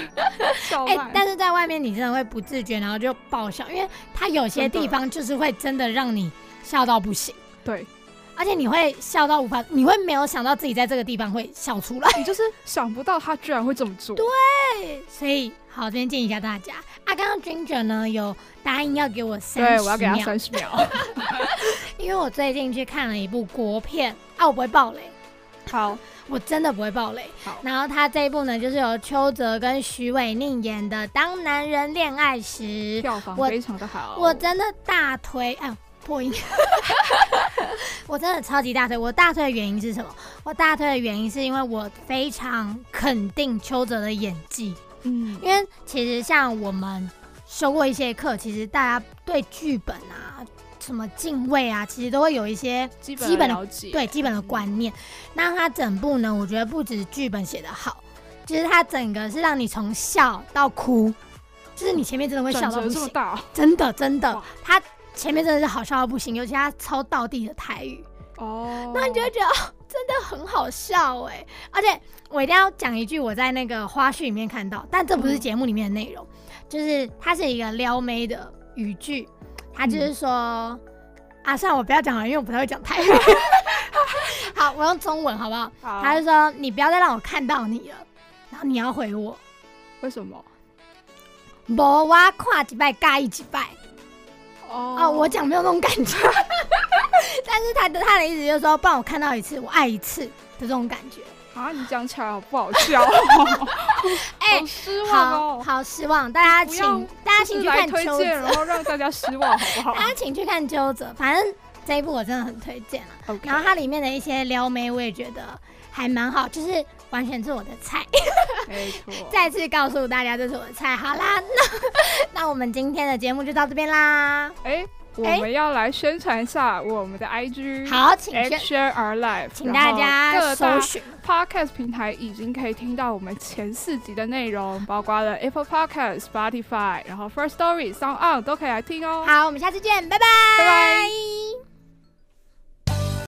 [SPEAKER 2] 笑
[SPEAKER 1] 哎、
[SPEAKER 2] 烂。
[SPEAKER 1] 但是在外面你真的会不自觉，然后就爆笑，因为它有些地方就是会真的让你笑到不行，
[SPEAKER 2] 对
[SPEAKER 1] 而且你会笑到无法，你会没有想到自己在这个地方会笑出来。
[SPEAKER 2] 你就是想不到他居然会这么做。对，
[SPEAKER 1] 啊所以，好，这边建议一下大家啊，刚刚 Ginger 呢有答应要给我三十
[SPEAKER 2] 对
[SPEAKER 1] 秒，
[SPEAKER 2] 我要给他三十秒。
[SPEAKER 1] 因为我最近去看了一部国片啊，我不会爆雷，
[SPEAKER 2] 好，
[SPEAKER 1] 我真的不会爆雷
[SPEAKER 2] 好。
[SPEAKER 1] 然后他这一部呢，就是由邱泽跟徐伟宁演的《当男人恋爱时》，
[SPEAKER 2] 票房
[SPEAKER 1] 我
[SPEAKER 2] 非常的好。
[SPEAKER 1] 我真的大推啊，破 音！ 我真的超级大推。我大推的原因是什么？我大推的原因是因为我非常肯定邱泽的演技，
[SPEAKER 2] 嗯
[SPEAKER 1] 因为其实像我们修过一些课，其实大家对剧本啊、什么敬畏啊，其实都会有一些
[SPEAKER 2] 基
[SPEAKER 1] 基本
[SPEAKER 2] 本的
[SPEAKER 1] 的
[SPEAKER 2] 了解，嗯
[SPEAKER 1] 对基本的观念。那他整部呢，我觉得不止剧本写得好，就是他整个是让你从笑到哭，就是你前面真的会笑
[SPEAKER 2] 转
[SPEAKER 1] 到
[SPEAKER 2] 折
[SPEAKER 1] 不
[SPEAKER 2] 这么
[SPEAKER 1] 行。
[SPEAKER 2] 大哦
[SPEAKER 1] 真的真的
[SPEAKER 2] 哇，
[SPEAKER 1] 他前面真的是好笑到不行，尤其他超道地的台语，
[SPEAKER 2] 哦，
[SPEAKER 1] 那你就会觉得、哦、真的很好笑哎、而且我一定要讲一句，我在那个花絮里面看到，但这不是
[SPEAKER 2] 嗯
[SPEAKER 1] 节目里面的内容，就是它是一个撩妹的语句，它就是说、啊，算了，我不要讲了，因为我不太会讲台 语。好，我用中文好不好？
[SPEAKER 2] 好
[SPEAKER 1] 他就说你不要再让我看到你了，然后你要回我，
[SPEAKER 2] 为什么？
[SPEAKER 1] 无我看几拜尬一几拜。
[SPEAKER 2] 哦
[SPEAKER 1] 哦，我讲没有那种感 觉，但是他的他的意思就是说，帮我看到一次，我爱一次的这种感觉。
[SPEAKER 2] 啊，你讲起来好不好笑哦？
[SPEAKER 1] 哎
[SPEAKER 2] 好失望
[SPEAKER 1] 好
[SPEAKER 2] 哦！
[SPEAKER 1] 好失望，大家
[SPEAKER 2] 不要
[SPEAKER 1] 请大家
[SPEAKER 2] 就
[SPEAKER 1] 请
[SPEAKER 2] 是
[SPEAKER 1] 去
[SPEAKER 2] 来
[SPEAKER 1] 看
[SPEAKER 2] 推
[SPEAKER 1] 邱啊
[SPEAKER 2] 荐，
[SPEAKER 1] 泽，
[SPEAKER 2] 然后让大家失望，好不 好
[SPEAKER 1] 大家请去看邱泽，反正这一部我真的很推荐啊。
[SPEAKER 2] ？OK，
[SPEAKER 1] 然后它里面的一些撩妹，我也觉得还蛮好，就是完全是我的菜。
[SPEAKER 2] 没错，
[SPEAKER 1] 再次告诉大家，这是我的菜。好啦，那 那我们今天的节目就到这边啦。
[SPEAKER 2] 哎，我
[SPEAKER 1] 哎
[SPEAKER 2] 们要来宣传一下我们的 IG。
[SPEAKER 1] 好，请宣
[SPEAKER 2] Action Our Life，
[SPEAKER 1] 请大
[SPEAKER 2] 嗯然
[SPEAKER 1] 家
[SPEAKER 2] 后各
[SPEAKER 1] 搜
[SPEAKER 2] 大
[SPEAKER 1] 寻。
[SPEAKER 2] Podcast 平台已经可以听到我们前四集的内容，包括了 Apple Podcast、Spotify，然后 First Story、Sound On 都可以来听哦。
[SPEAKER 1] 好，我们下次见，拜拜，
[SPEAKER 2] 拜拜。